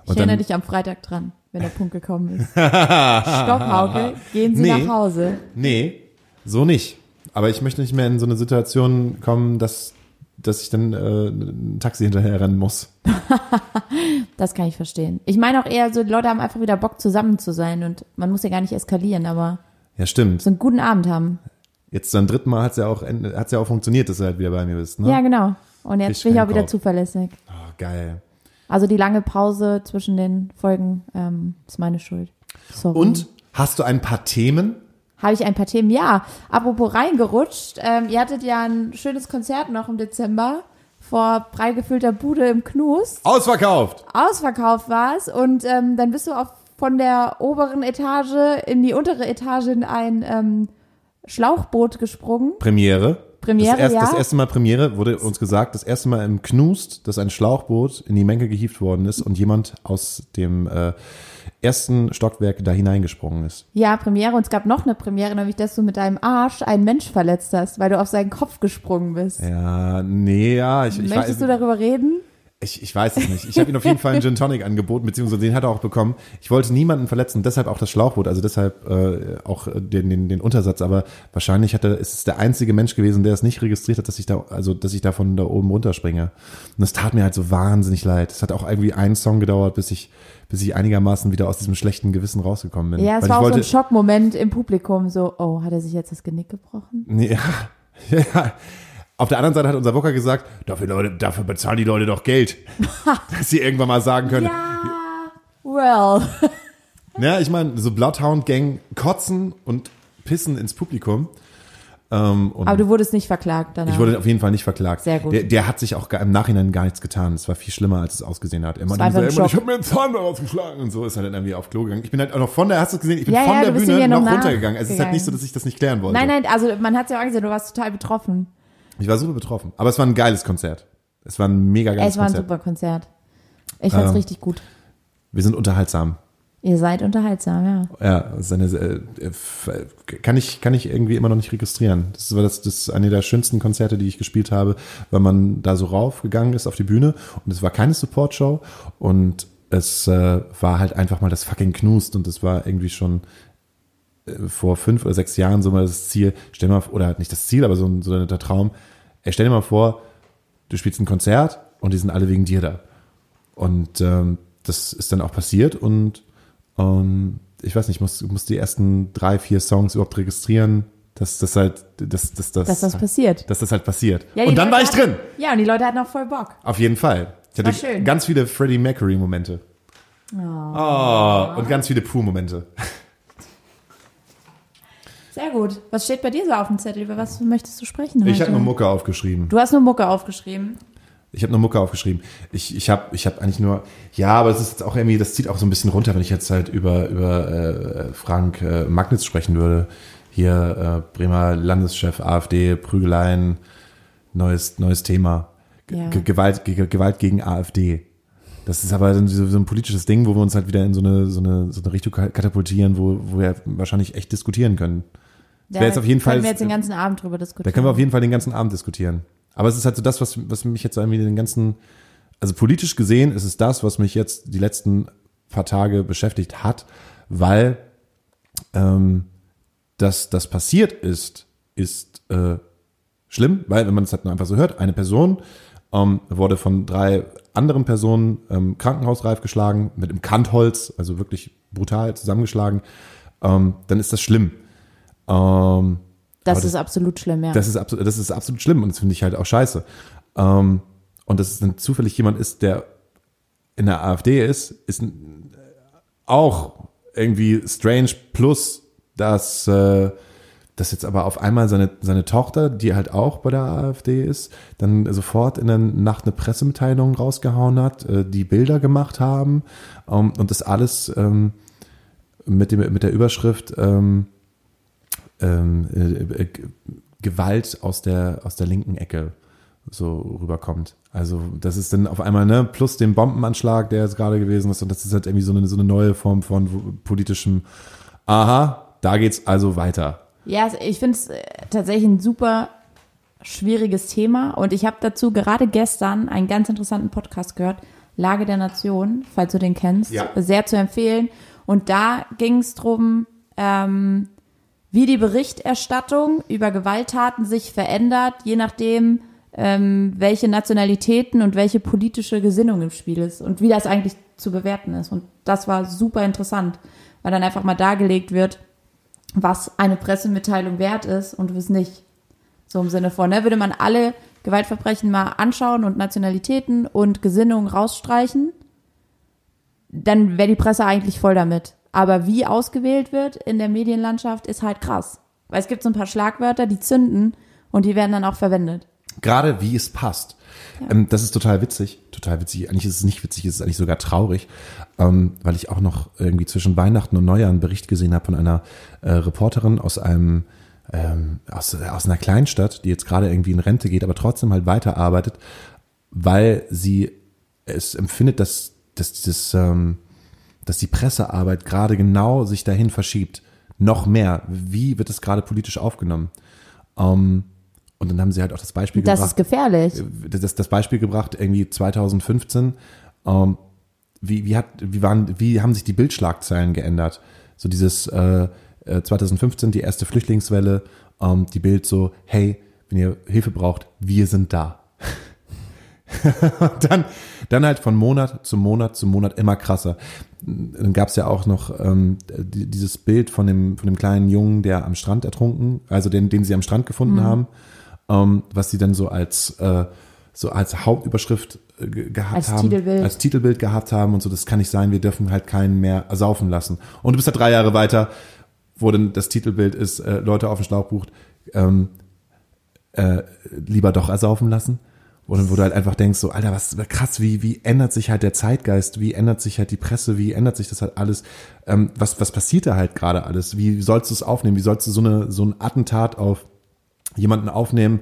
Ich erinnere dich am Freitag dran, wenn der Punkt gekommen ist. Stopp, Hauke, gehen Sie
Nee.
nach Hause.
Nee, So nicht. Aber ich möchte nicht mehr in so eine Situation kommen, dass, dass ich dann äh, ein Taxi hinterher rennen muss.
Das kann ich verstehen. Ich meine auch eher so, die Leute haben einfach wieder Bock zusammen zu sein und man muss ja gar nicht eskalieren, aber
Ja, stimmt.
so einen guten Abend haben.
Jetzt dann dritten Mal hat's ja auch hat's ja auch funktioniert, dass du halt wieder bei mir bist. Ne?
Ja, genau. Und jetzt
Ich
bin ich
kann
auch wieder
kaum.
zuverlässig.
Oh, geil.
Also die lange Pause zwischen den Folgen ähm, ist meine Schuld. Sorry.
Und hast du ein paar Themen?
Habe ich ein paar Themen? Ja. Apropos reingerutscht. Ähm, ihr hattet ja ein schönes Konzert noch im Dezember vor prall gefüllter Bude im Knus.
Ausverkauft.
Ausverkauft war es und ähm, dann bist du auf, von der oberen Etage in die untere Etage in ein ähm, Schlauchboot gesprungen.
Premiere.
Premiere,
das, erst,
ja.
das erste Mal Premiere wurde uns gesagt, das erste Mal im Knust, dass ein Schlauchboot in die Menge gehievt worden ist und jemand aus dem äh, ersten Stockwerk da hineingesprungen ist.
Ja, Premiere. Und es gab noch eine Premiere, nämlich, dass du mit deinem Arsch einen Mensch verletzt hast, weil du auf seinen Kopf gesprungen bist.
Ja, nee, ja, ich, ich,
Möchtest
weiß,
du darüber reden?
ich, ich weiß es nicht. Ich habe ihm auf jeden Fall einen Gin Tonic angeboten, beziehungsweise den hat er auch bekommen. Ich wollte niemanden verletzen, deshalb auch das Schlauchboot, also deshalb äh, auch den, den, den Untersatz, aber wahrscheinlich hat er, ist es der einzige Mensch gewesen, der es nicht registriert hat, dass ich da, also dass ich da von da oben runterspringe. Und das tat mir halt so wahnsinnig leid. Es hat auch irgendwie einen Song gedauert, bis ich, bis ich einigermaßen wieder aus diesem schlechten Gewissen rausgekommen bin.
Ja, es war
Weil ich
auch
wollte,
so ein Schockmoment im Publikum, so, oh, hat er sich jetzt das Genick gebrochen?
Nee, Ja, ja. Auf der anderen Seite hat unser Booker gesagt, dafür, Leute, dafür bezahlen die Leute doch Geld, dass sie irgendwann mal sagen können. Ja,
Ja, well.
ich meine, so Bloodhound-Gang kotzen und pissen ins Publikum. Ähm, und
Aber du wurdest nicht verklagt danach.
ich wurde auf jeden Fall nicht verklagt.
Sehr gut.
Der, der hat sich auch gar- im Nachhinein gar nichts getan. Es war viel schlimmer, als es ausgesehen hat. Immer
war
dann so,
einfach ein
irgendwann,
Schock.
ich habe mir einen Zahn daraus geschlagen und so ist er dann irgendwie auf Klo gegangen. Ich bin halt auch noch von der, hast du es gesehen, ich bin
Ja,
von
ja,
der
du bist ihm
Bühne
ja noch
noch
nach-
runtergegangen. Es ist halt
gegangen.
nicht so, dass ich das nicht klären wollte.
nein, nein, also man hat ja auch angesehen, du warst total betroffen.
Ich war super betroffen. Aber es war ein geiles Konzert. Es war ein mega geiles
es war ein
Konzert.
super Konzert. Ich fand's
Ähm.
richtig gut.
Wir sind unterhaltsam.
Ihr seid unterhaltsam, ja.
Ja, das ist eine, äh, f- äh, kann ich kann ich irgendwie immer noch nicht registrieren. Das war das, das ist eine der schönsten Konzerte, die ich gespielt habe, weil man da so raufgegangen ist auf die Bühne und es war keine Support-Show und es äh, war halt einfach mal das fucking Knust und das war irgendwie schon äh, vor fünf oder sechs Jahren so mal das Ziel, stell mal, oder nicht das Ziel, aber so, ein- so der Traum, ey, stell dir mal vor, du spielst ein Konzert und die sind alle wegen dir da. Und ähm, das ist dann auch passiert und ähm, ich weiß nicht, ich muss, muss die ersten drei, vier Songs überhaupt registrieren, dass das halt, dass, dass, dass,
Dass das passiert.
Dass das halt passiert.
ja die
und dann
Leute
war ich
hatten-
drin.
Ja, und die Leute hatten auch voll Bock.
Auf jeden Fall. Ich
War
hatte
schön.
ganz viele Freddie Mercury-Momente. Oh. Und ganz viele Pooh-Momente.
Sehr gut. Was steht bei dir so auf dem Zettel? Über was möchtest du sprechen heute?
Ich habe nur Mucke aufgeschrieben.
du hast nur Mucke aufgeschrieben.
Ich habe nur Mucke aufgeschrieben. Ich, ich habe ich hab eigentlich nur, ja, aber es ist jetzt auch irgendwie, das zieht auch so ein bisschen runter, wenn ich jetzt halt über, über äh, Frank äh, Magnitz sprechen würde. Hier äh, Bremer Landeschef, AfD, Prügeleien, neues, neues Thema. G
Ja.
Ge- Gewalt, Ge Ge- Gewalt gegen AfD. Das ist aber dann so so ein politisches Ding, wo wir uns halt wieder in so eine, so eine, so eine Richtung ka- katapultieren, wo, wo wir wahrscheinlich echt diskutieren können.
Da
Wäre jetzt auf jeden Fall-
Können wir jetzt den ganzen Abend drüber diskutieren.
Da können wir auf jeden Fall den ganzen Abend diskutieren. Aber es ist halt so das, was, was mich jetzt so irgendwie den ganzen, also politisch gesehen ist es das, was mich jetzt die letzten paar Tage beschäftigt hat, weil ähm, dass das passiert ist, ist äh, schlimm, weil wenn man es halt nur einfach so hört, eine Person ähm, wurde von drei anderen Personen ähm, krankenhausreif geschlagen, mit einem Kantholz, also wirklich brutal zusammengeschlagen, ähm, dann ist das schlimm. Ähm,
das,
Aber das-
ist absolut schlimm, ja.
das ist absolut, das ist absolut schlimm und das finde ich halt auch scheiße. Ähm, und dass es dann zufällig jemand ist, der in der AfD ist, ist n- auch irgendwie strange. Plus, dass, äh, dass jetzt aber auf einmal seine, seine Tochter, die halt auch bei der AfD ist, dann sofort in der Nacht eine Pressemitteilung rausgehauen hat, äh, die Bilder gemacht haben ähm, und das alles ähm, mit, dem, mit der Überschrift ähm, ähm, äh, äh, Gewalt aus der, aus der linken Ecke so rüberkommt. Also das ist dann auf einmal, ne, plus den Bombenanschlag, der jetzt gerade gewesen ist, und das ist halt irgendwie so eine, so eine neue Form von wo- politischem Aha, da geht's also weiter.
Ja, es- ich finde es tatsächlich ein super schwieriges Thema und ich habe dazu gerade gestern einen ganz interessanten Podcast gehört, Lage der Nation, falls du den kennst,
Ja.
sehr zu empfehlen. Und da ging es darum, ähm, wie die Berichterstattung über Gewalttaten sich verändert, je nachdem, ähm, welche Nationalitäten und welche politische Gesinnung im Spiel ist und wie das eigentlich zu bewerten ist. Und das war super interessant, weil dann einfach mal dargelegt wird, was eine Pressemitteilung wert ist und was nicht. So im Sinne von, ne, würde man alle Gewaltverbrechen mal anschauen und Nationalitäten und Gesinnungen rausstreichen, dann wäre die Presse eigentlich voll damit. Aber wie ausgewählt wird in der Medienlandschaft ist halt krass. Weil es gibt so ein paar Schlagwörter, die zünden und die werden dann auch verwendet.
Gerade wie es passt. Ja. Ähm, das ist total witzig, total witzig. Eigentlich ist es nicht witzig, es ist eigentlich sogar traurig, ähm, weil ich auch noch irgendwie zwischen Weihnachten und Neujahr einen Bericht gesehen habe von einer äh, Reporterin aus einem ähm, aus, aus einer Kleinstadt, die jetzt gerade irgendwie in Rente geht, aber trotzdem halt weiterarbeitet, weil sie es empfindet, dass, dass dieses ähm, dass die Pressearbeit gerade genau sich dahin verschiebt. Noch mehr. Wie wird es gerade politisch aufgenommen? Ähm, und dann haben sie halt auch das Beispiel
Das
gebracht.
ist gefährlich.
Äh, Das, das, das Beispiel gebracht, irgendwie 2015. Ähm, wie, wie, hat, wie, waren, wie haben sich die Bildschlagzeilen geändert? So dieses äh, äh, 2015, die erste Flüchtlingswelle, ähm, die Bild so, hey, wenn ihr Hilfe braucht, wir sind da. Und dann, dann halt von Monat zu Monat zu Monat immer krasser. Dann gab es ja auch noch ähm, die- dieses Bild von dem, von dem kleinen Jungen, der am Strand ertrunken, also den, den sie am Strand gefunden
Mhm.
haben, ähm, was sie dann so als, äh, so als Hauptüberschrift äh, ge- gehabt
Als
haben.
Titelbild.
Als Titelbild gehabt haben und so, das kann nicht sein, wir dürfen halt keinen mehr saufen lassen. Und du bist da drei Jahre weiter, wo dann das Titelbild ist, äh, Leute auf den Schlauch bucht, ähm, äh, lieber doch ersaufen lassen. Und wo du halt einfach denkst, so, Alter, was krass, wie, wie ändert sich halt der Zeitgeist, wie ändert sich halt die Presse, wie ändert sich das halt alles? Ähm, was, was passiert da halt gerade alles? Wie sollst du es aufnehmen? Wie sollst du so, eine, so ein Attentat auf jemanden aufnehmen,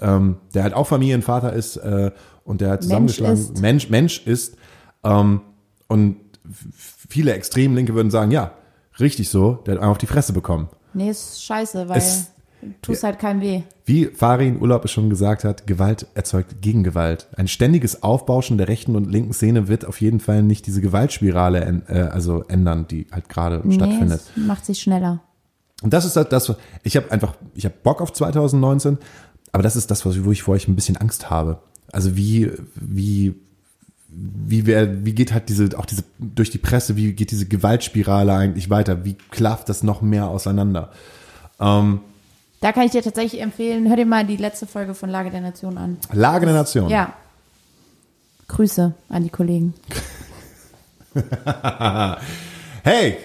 ähm, der halt auch Familienvater ist äh, und der halt zusammengeschlagen
ist.
Mensch, Mensch ist. Ähm, und f- viele extrem Linke würden sagen, ja, richtig so, der hat einfach auf die Fresse bekommen.
Nee, ist scheiße, weil
Es-
du tust halt keinem weh.
Wie Farin Urlaub es schon gesagt hat, Gewalt erzeugt Gegengewalt. Ein ständiges Aufbauschen der rechten und linken Szene wird auf jeden Fall nicht diese Gewaltspirale en- äh, also ändern, die halt gerade
Nee,
stattfindet.
es macht sich schneller.
Und das ist das, das ich habe einfach, ich habe Bock auf 2019, aber das ist das, was- wo ich vor euch ein bisschen Angst habe. Also wie, wie, wie, wer, wie geht halt diese, auch diese, durch die Presse, wie geht diese Gewaltspirale eigentlich weiter? Wie klafft das noch mehr auseinander?
Da kann ich dir tatsächlich empfehlen, hör dir mal die letzte Folge von Lage der Nation an.
Lage der Nation.
Ja. Grüße an die Kollegen.
Hey!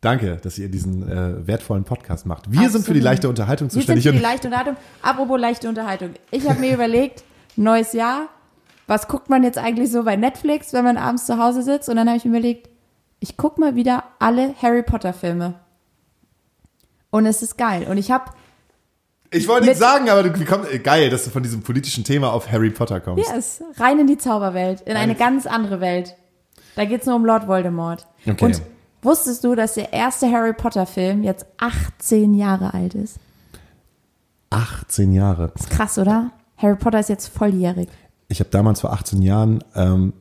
Danke, dass ihr diesen äh, wertvollen Podcast macht. Wir sind für die
Absolut.
leichte Unterhaltung
Wir sind
zuständig.
für die
und
leichte Unterhaltung. Apropos leichte Unterhaltung. Ich habe mir überlegt, neues Jahr, was guckt man jetzt eigentlich so bei Netflix, wenn man abends zu Hause sitzt? Und dann habe ich mir überlegt, ich gucke mal wieder alle Harry Potter Filme. Und es ist geil. Und ich habe,
ich wollte
mit-
nicht sagen, aber du wie kommt, äh, geil, dass du von diesem politischen Thema auf Harry Potter kommst.
yes, rein in die Zauberwelt, in eine
Rein-
ganz andere Welt. Da geht's nur um Lord Voldemort.
Okay.
Und wusstest du, dass der erste Harry Potter Film jetzt 18 Jahre alt ist?
18 Jahre.
Ist krass, oder? Harry Potter ist jetzt volljährig.
Ich habe damals vor 18 Jahren, ähm,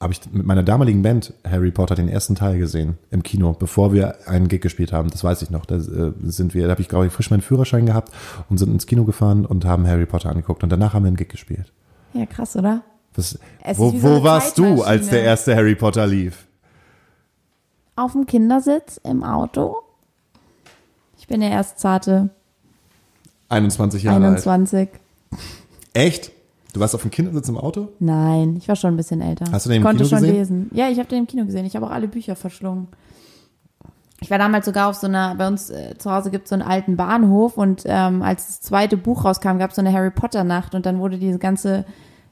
habe ich mit meiner damaligen Band Harry Potter den ersten Teil gesehen im Kino, bevor wir einen Gig gespielt haben. Das weiß ich noch. Da äh, sind wir, da habe ich glaube ich frisch meinen Führerschein gehabt und sind ins Kino gefahren und haben Harry Potter angeguckt und danach haben wir einen Gig gespielt.
Ja, krass, oder?
Was,
Es ist
wo
wie so eine
wo warst du,
Zeitmaschine.
als der erste Harry Potter lief?
auf dem Kindersitz im Auto. Ich bin ja erst zarte
21 Jahre alt.
21.
Echt? Du warst auf dem Kindersitz im Auto?
Nein, ich war schon ein bisschen älter.
Hast du den im
ich konnte
Kino
schon
gesehen?
lesen. Ja, ich habe den im Kino gesehen. Ich habe auch alle Bücher verschlungen. Ich war damals sogar auf so einer, bei uns äh, zu Hause gibt es so einen alten Bahnhof und ähm, als das zweite Buch rauskam, gab es so eine Harry Potter Nacht und dann wurde diese ganze,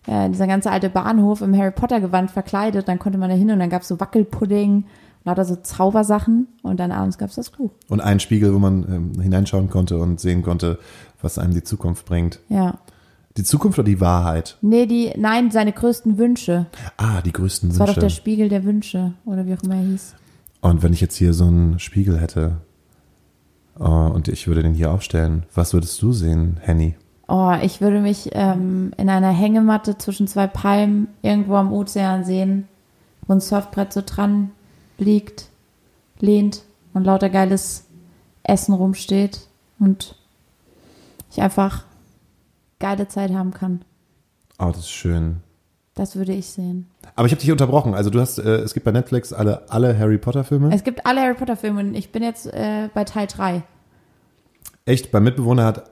äh, dieser ganze alte Bahnhof im Harry Potter Gewand verkleidet. Dann konnte man da hin und dann gab es so Wackelpudding und lauter so Zaubersachen und dann abends gab es das Buch.
Und einen Spiegel, wo man ähm, hineinschauen konnte und sehen konnte, was einem die Zukunft bringt.
Ja.
Die Zukunft oder die Wahrheit?
Nee, die, nein, seine größten Wünsche.
Ah, die größten
Das war doch der
Wünsche.
Spiegel der Wünsche oder wie auch immer er hieß.
Und wenn ich jetzt hier so einen Spiegel hätte äh, und ich würde den hier aufstellen, was würdest du sehen, Henny?
Oh, ich würde mich ähm, in einer Hängematte zwischen zwei Palmen irgendwo am Ozean sehen, wo ein Surfbrett so dran liegt, lehnt und lauter geiles Essen rumsteht und ich einfach geile Zeit haben kann.
Oh, das ist schön.
Das würde ich sehen.
Aber ich habe dich unterbrochen. Also du hast, äh, es gibt bei Netflix alle, alle Harry Potter Filme.
Es gibt alle Harry Potter Filme und ich bin jetzt äh, bei Teil 3.
Echt, mein Mitbewohner hat,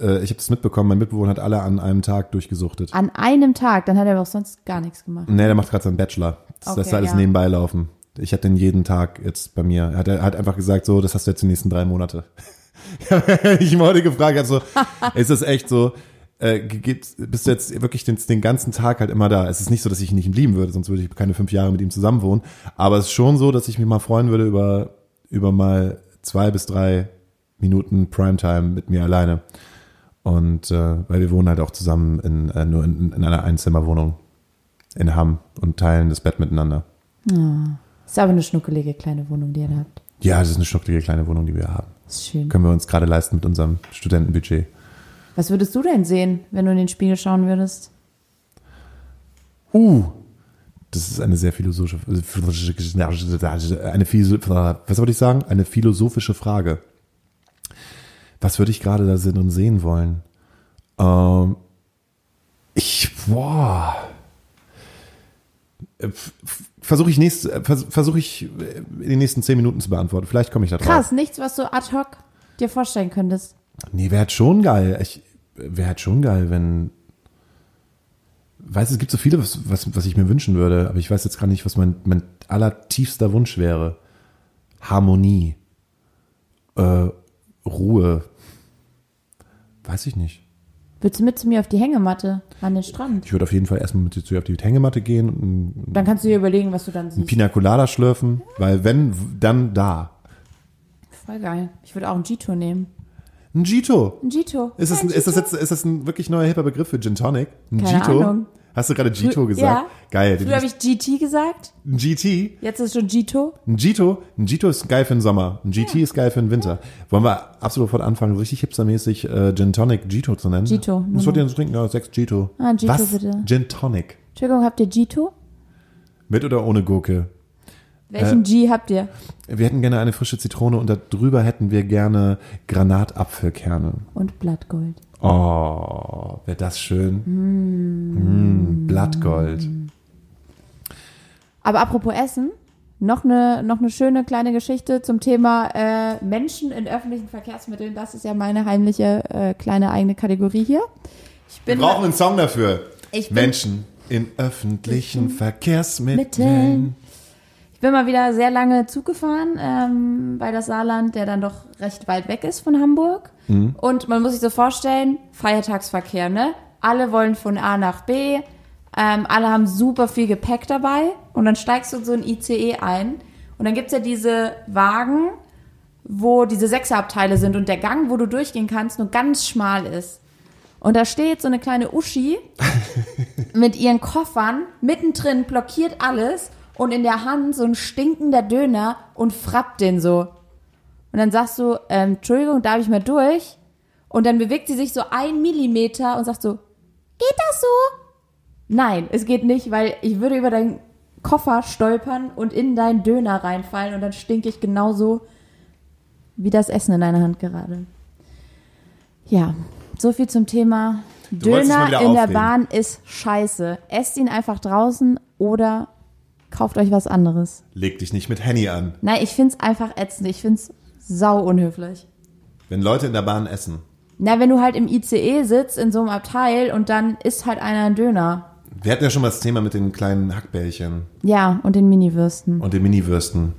äh, ich habe das mitbekommen, mein Mitbewohner hat alle an einem Tag durchgesuchtet.
An einem Tag, dann hat er aber auch sonst gar nichts gemacht.
Nee, der macht gerade seinen Bachelor. Das
Okay,
lässt er alles
ja.
nebenbei laufen. Ich hatte den jeden Tag jetzt bei mir. Er hat, er hat einfach gesagt, so, das hast du jetzt die nächsten drei Monate. ich hab heute gefragt, also, ist das echt so, äh, gibt's- bist du jetzt wirklich den, den ganzen Tag halt immer da? Es ist nicht so, dass ich ihn nicht lieben würde, sonst würde ich keine fünf Jahre mit ihm zusammenwohnen. Aber es ist schon so, dass ich mich mal freuen würde über, über mal zwei bis drei Minuten Primetime mit mir alleine. Und äh, weil wir wohnen halt auch zusammen in, äh, nur in, in einer Einzimmerwohnung in Hamm und teilen das Bett miteinander.
Ist aber eine schnuckelige kleine Wohnung, die ihr da habt.
Ja, das ist eine schnucklige kleine Wohnung, die wir haben.
Ist schön.
Können wir uns gerade leisten mit unserem Studentenbudget.
Was würdest du denn sehen, wenn du in den Spiegel schauen würdest?
Uh, das ist eine sehr philosophische, eine philo- was wollte ich sagen? Eine philosophische Frage. Was würde ich gerade da drin sehen wollen? Ähm, ich, boah. Äh, Versuche ich, nächst, äh, versuche ich äh, in den nächsten zehn Minuten zu beantworten. Vielleicht komme ich da drauf.
Krass, nichts, was du ad hoc dir vorstellen könntest.
Nee, wäre halt schon geil. Ich, wäre halt schon geil, wenn. Weiß, es gibt so viele, was, was, was ich mir wünschen würde, aber ich weiß jetzt gar nicht, was mein, mein allertiefster Wunsch wäre. Harmonie. Äh, Ruhe. Weiß ich nicht.
Willst du mit zu mir auf die Hängematte an den Strand?
Ich würde auf jeden Fall erstmal mit dir zu ihr auf die Hängematte gehen und
Dann kannst du dir überlegen, was du dann
ein
siehst.
Pina Colada schlürfen, weil wenn, w- dann da.
Voll geil. Ich würde auch einen Gito nehmen.
Ein Gito.
Ein Gito.
Ist das,
Ja,
ein,
ein
ist, das
Gito.
jetzt, ist das ein wirklich neuer hipper Begriff für Gin Tonic? Ein
Keine
Gito?
Ahnung.
Hast du gerade Gito
Frü-
gesagt?
ja.
Geil. den
Früher habe ich GT gesagt,
Ein GT,
jetzt ist es schon Gito.
ein Gito, ein Gito ist geil für den Sommer, ein GT ist geil für den Winter. Wollen wir ab sofort anfangen, richtig hipstermäßig äh, Gin Tonic Gito zu nennen?
Gito,
Was wollt
genau.
ihr denn so trinken? Ja, sechs Gito.
Ah, Gito
Was?
bitte.
Gin Tonic.
Entschuldigung, habt ihr Gito?
Mit oder ohne Gurke? Äh.
Welchen G habt ihr?
Wir hätten gerne eine frische Zitrone und darüber hätten wir gerne Granatapfelkerne.
Und Blattgold.
Oh, wäre das schön. Mm, Blattgold.
Aber apropos Essen, noch eine, noch eine schöne kleine Geschichte zum Thema äh, Menschen in öffentlichen Verkehrsmitteln. Das ist ja meine heimliche äh, kleine eigene Kategorie hier. Ich
Wir
bin
brauchen einen Song dafür.
Ich bin-
Menschen in öffentlichen Verkehrsmitteln.
Ich bin mal wieder sehr lange Zug gefahren, ähm, weil das Saarland, der dann doch recht weit weg ist von Hamburg. Und man muss sich so vorstellen, Feiertagsverkehr, ne? Alle wollen von A nach B, ähm, alle haben super viel Gepäck dabei und dann steigst du in so ein ICE ein und dann gibt's ja diese Wagen, wo diese Sechserabteile sind und der Gang, wo du durchgehen kannst, nur ganz schmal ist. Und da steht so eine kleine Uschi mit ihren Koffern mittendrin, blockiert alles und in der Hand so ein stinkender Döner und frappt den so. Und dann sagst du, ähm, Entschuldigung, darf ich mal durch? Und dann bewegt sie sich so ein Millimeter und sagt so, geht das so? Nein, es geht nicht, weil ich würde über deinen Koffer stolpern und in deinen Döner reinfallen und dann stinke ich genauso wie das Essen in deiner Hand gerade. Ja, so viel zum Thema
wolltest dich mal
Döner in
wieder
der
aufregen.
Bahn ist scheiße. Esst ihn einfach draußen oder kauft euch was anderes.
Leg dich nicht mit Henny an.
Nein, ich find's einfach ätzend. Ich find's sau unhöflich.
Wenn Leute in der Bahn essen,
Na, wenn du halt im ICE sitzt in so einem Abteil und dann isst halt einer einen Döner.
wir hatten ja schon mal das Thema mit den kleinen Hackbällchen
Ja, und den Miniwürsten.
und den Miniwürsten.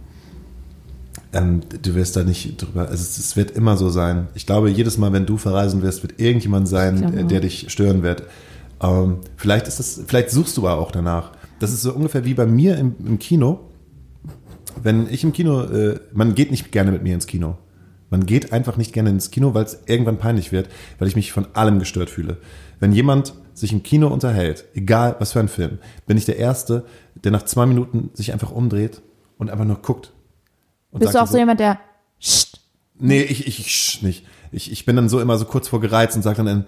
Ähm, du wirst da nicht drüber, also es, es wird immer so sein. Ich glaube, jedes Mal, wenn du verreisen wirst, wird irgendjemand sein,
glaube
äh,
auch.
der dich stören wird. Ähm, vielleicht ist das, vielleicht suchst du aber auch danach. Das ist so ungefähr wie bei mir im, im Kino. Wenn ich im Kino, äh, man geht nicht gerne mit mir ins Kino. Man geht einfach nicht gerne ins Kino, weil es irgendwann peinlich wird, weil ich mich von allem gestört fühle. Wenn jemand sich im Kino unterhält, egal was für ein Film, bin ich der Erste, der nach zwei Minuten sich einfach umdreht und einfach nur guckt. Und
Bist du
sagt
auch so jemand, der Scht,
Nee, ich, ich, ich nicht. Ich, ich bin dann so immer so kurz vor gereizt und sage dann,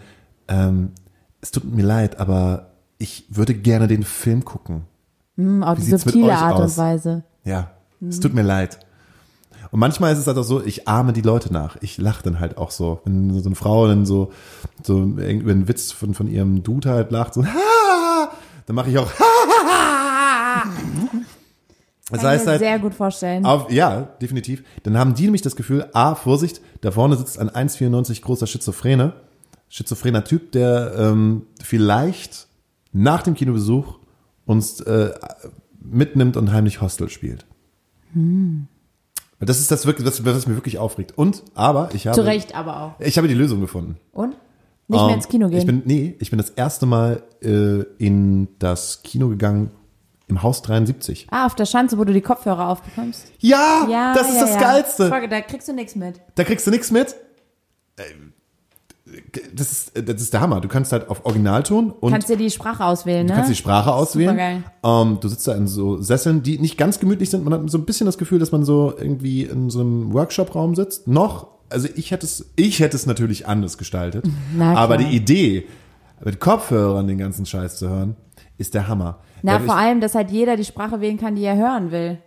ähm, es tut mir leid, aber ich würde gerne den Film gucken.
hm, auf die
sieht's mit
subtile
euch
Art
aus?
und Weise.
Ja, es tut mir leid. Und manchmal ist es halt auch so, ich ahme die Leute nach. Ich lache dann halt auch so. Wenn so eine Frau dann so, so irgend- über einen Witz von, von ihrem Dude halt lacht, so, dann mache ich auch.
Kann
Das
ich
heißt
mir
halt,
sehr gut vorstellen.
auf, ja, definitiv. Dann haben die nämlich das Gefühl, A, Vorsicht, da vorne sitzt ein 1,94 großer Schizophrene, schizophrener Typ, der ähm, vielleicht nach dem Kinobesuch uns äh, mitnimmt und heimlich Hostel spielt. Hm. Das ist das wirklich, das, was mich wirklich aufregt. Und, aber, ich habe,
Zu Recht aber auch.
ich habe die Lösung gefunden.
Und? Nicht mehr
Ähm,
ins Kino gehen.
Ich bin, nee, ich bin das erste Mal äh, in das Kino gegangen, im Haus 73.
ah, auf der Schanze, wo du die Kopfhörer aufbekommst.
Ja,
Ja,
Ah, das ist
ja,
das
ja.
Geilste.
Frage, da kriegst du nichts mit.
Da kriegst du nichts mit. Das ist, das ist der Hammer. Du kannst halt auf Originalton und
Kannst dir die Sprache auswählen, ne?
du kannst die Sprache auswählen.
Supergeil.
Ähm, du sitzt da in so Sesseln, die nicht ganz gemütlich sind. Man hat so ein bisschen das Gefühl, dass man so irgendwie in so einem Workshop-Raum sitzt. Noch, also ich hätte es, ich hätte es natürlich anders gestaltet.
Na klar.
aber die Idee, mit Kopfhörern den ganzen Scheiß zu hören, ist der Hammer.
Na,
Weil ich-
vor allem, dass halt jeder die Sprache wählen kann, die er hören will.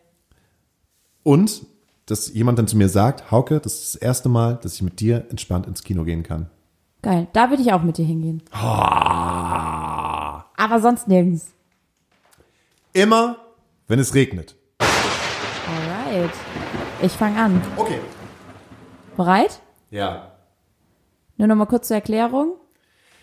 Und dass jemand dann zu mir sagt, Hauke, das ist das erste Mal, dass ich mit dir entspannt ins Kino gehen kann.
Geil, da würde ich auch mit dir hingehen.
Ah.
Aber sonst nirgends.
Immer, wenn es regnet.
Alright. Ich fange an.
Okay.
Bereit?
Ja.
Nur nochmal kurz zur Erklärung.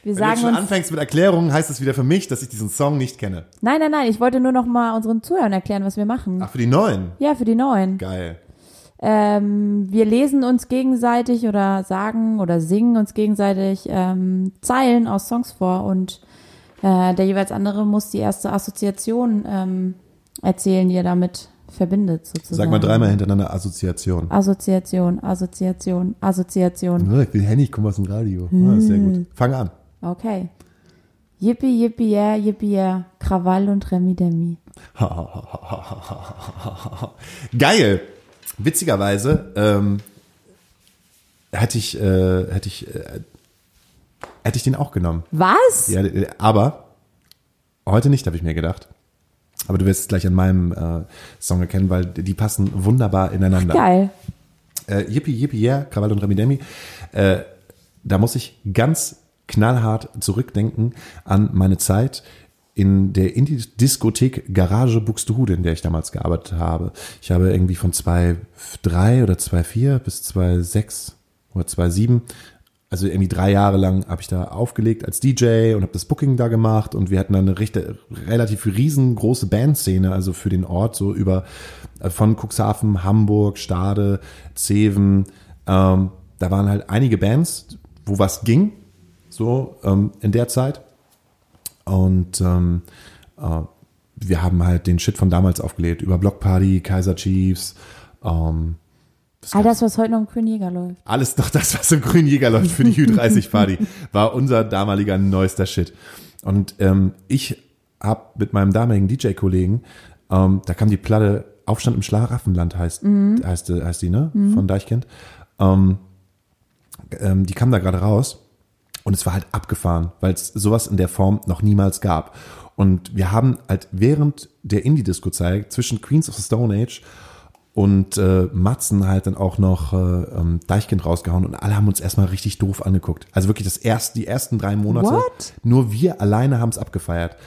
Wir
Wenn du
sagen
jetzt schon
uns.
anfängst mit Erklärungen, heißt das wieder für mich, dass ich diesen Song nicht kenne.
Nein, nein, nein. Ich wollte nur nochmal unseren Zuhörern erklären, was wir machen.
Ach, für die Neuen.
Ja, für die Neuen.
Geil.
Ähm, wir lesen uns gegenseitig oder sagen oder singen uns gegenseitig ähm, Zeilen aus Songs vor und äh, der jeweils andere muss die erste Assoziation ähm, erzählen, die er damit verbindet,
Sag
sozusagen.
mal dreimal hintereinander Assoziation.
Assoziation, Assoziation, Assoziation.
Ich bin Henny, ich komme aus dem Radio. Ah, sehr
Hm.
gut. Fang an.
Okay. Yippie, yippie, yeah, yippie, yeah. Krawall und Remi Demi.
Geil. Witzigerweise ähm, hätte ich, äh, hätte ich, äh, hätte ich den auch genommen.
Was?
Ja, äh, aber heute nicht, habe ich mir gedacht. Aber du wirst es gleich an meinem äh, Song erkennen, weil die passen wunderbar ineinander.
Geil.
Äh, Yippie, Yippie, Yeah, Krawall und Remi Demi. Äh, da muss ich ganz knallhart zurückdenken an meine Zeit in der Indie-Diskothek Garage Buxtehude, in der ich damals gearbeitet habe. Ich habe irgendwie von 2003 oder 2004 bis 2006 oder 2007 also irgendwie drei Jahre lang habe ich da aufgelegt als DJ und habe das Booking da gemacht und wir hatten dann eine richte, relativ riesengroße Bandszene, also für den Ort so über äh, von Cuxhaven, Hamburg, Stade, Zeven. Ähm, da waren halt einige Bands, wo was ging, so ähm, in der Zeit. Und ähm, äh, wir haben halt den Shit von damals aufgelegt, über Blockparty, Kaiser Chiefs, ähm,
All Ah, das, was heute noch im Königer läuft.
alles noch das, was im grünen Jäger läuft für die Ü30-Party, war unser damaliger neuester Shit. Und ähm, ich hab mit meinem damaligen DJ-Kollegen, ähm, da kam die Platte Aufstand im Schlaraffenland heißt, heißt, die- heißt die, ne? Von Deichkind. Ähm, ähm, die kam da gerade raus und es war halt abgefahren, weil es sowas in der Form noch niemals gab. Und wir haben halt während der Indie-Disco-Zeit zwischen Queens of the Stone Age und äh, Matzen halt dann auch noch äh, ähm, Deichkind rausgehauen und alle haben uns erstmal richtig doof angeguckt. Also wirklich das erste, die ersten drei Monate.
What?
Nur wir alleine haben es abgefeiert.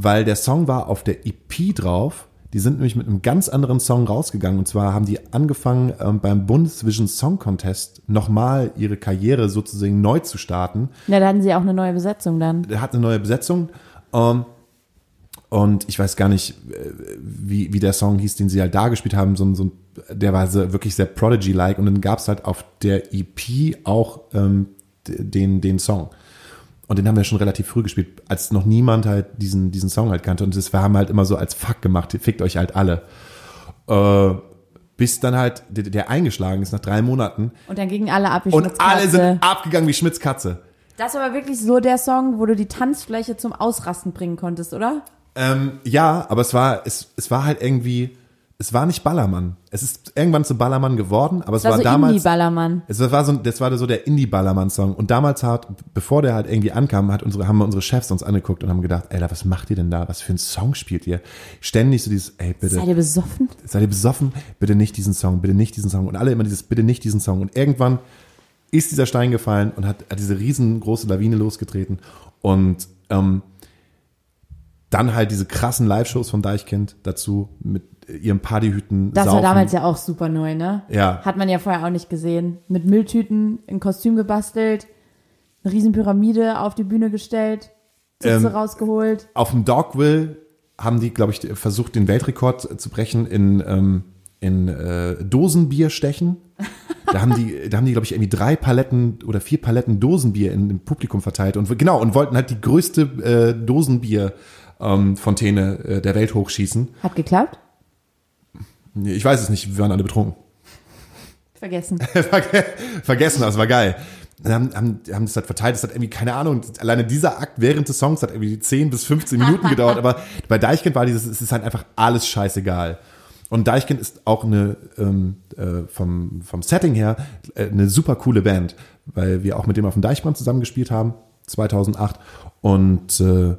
Weil der Song war auf der EP drauf. Die sind nämlich mit einem ganz anderen Song rausgegangen. Und zwar haben die angefangen, ähm, beim Bundesvision Song Contest nochmal ihre Karriere sozusagen neu zu starten
Na, da hatten sie auch eine neue Besetzung dann.
der hat eine neue Besetzung. Ähm, und ich weiß gar nicht, äh, wie, wie der Song hieß, den sie halt da gespielt haben. So, ein- so, ein- der war so, wirklich sehr Prodigy-like. Und dann gab es halt auf der EP auch ähm, d- den, den Song. Und den haben wir schon relativ früh gespielt, als noch niemand halt diesen, diesen Song halt kannte. Und das wir haben halt immer so als Fuck gemacht, fickt euch halt alle. Äh, bis dann halt der, der eingeschlagen ist nach drei Monaten.
Und dann gingen alle ab. wie
Und
Schmutzkatze.
alle sind abgegangen wie Schmitz Katze.
Das war aber wirklich so der Song, wo du die Tanzfläche zum Ausrasten bringen konntest, oder?
Ähm, ja, aber es war, es, es war halt irgendwie, es war nicht Ballermann. Es ist irgendwann zu Ballermann geworden, aber es war,
war so
damals.
Indie-Ballermann.
Es war so, das war so der Indie-Ballermann-Song. Und damals hat, bevor der halt irgendwie ankam, hat unsere, haben wir unsere Chefs uns angeguckt und haben gedacht, ey, was macht ihr denn da? Was für einen Song spielt ihr? Ständig so dieses, ey, bitte,
Seid ihr besoffen?
seid ihr besoffen? Bitte nicht diesen Song, bitte nicht diesen Song. Und alle immer dieses, bitte nicht diesen Song. Und irgendwann ist dieser Stein gefallen und hat, hat diese riesengroße Lawine losgetreten. Und ähm, dann halt diese krassen Live-Shows von Deichkind dazu mit ihren Partyhüten.
Das war
saufen.
damals ja auch super neu, ne?
Ja.
Hat man ja vorher auch nicht gesehen. Mit Mülltüten, ein Kostüm gebastelt, eine Riesenpyramide auf die Bühne gestellt, Sitze
Ähm,
rausgeholt.
auf dem Dogville haben die, glaube ich, versucht, den Weltrekord zu brechen in, ähm, in äh, Dosenbier stechen. Da haben die, da haben die, glaube ich, irgendwie drei Paletten oder vier Paletten Dosenbier in, im Publikum verteilt und genau und wollten halt die größte äh, Dosenbier ähm, Fontäne äh, der Welt hochschießen.
Hat geklappt?
Nee, Ich weiß es nicht, wir waren alle betrunken.
Vergessen.
Verge- Vergessen, das war geil. Dann haben, haben, haben das halt verteilt, das hat irgendwie, keine Ahnung, alleine dieser Akt während des Songs hat irgendwie 10 bis 15 Minuten gedauert, aber bei Deichkind war dieses, es ist halt einfach alles scheißegal. Und Deichkind ist auch eine, ähm, äh, vom, vom Setting her, äh, eine super coole Band, weil wir auch mit dem auf dem Deichbrand zusammengespielt haben, 2008. Und äh,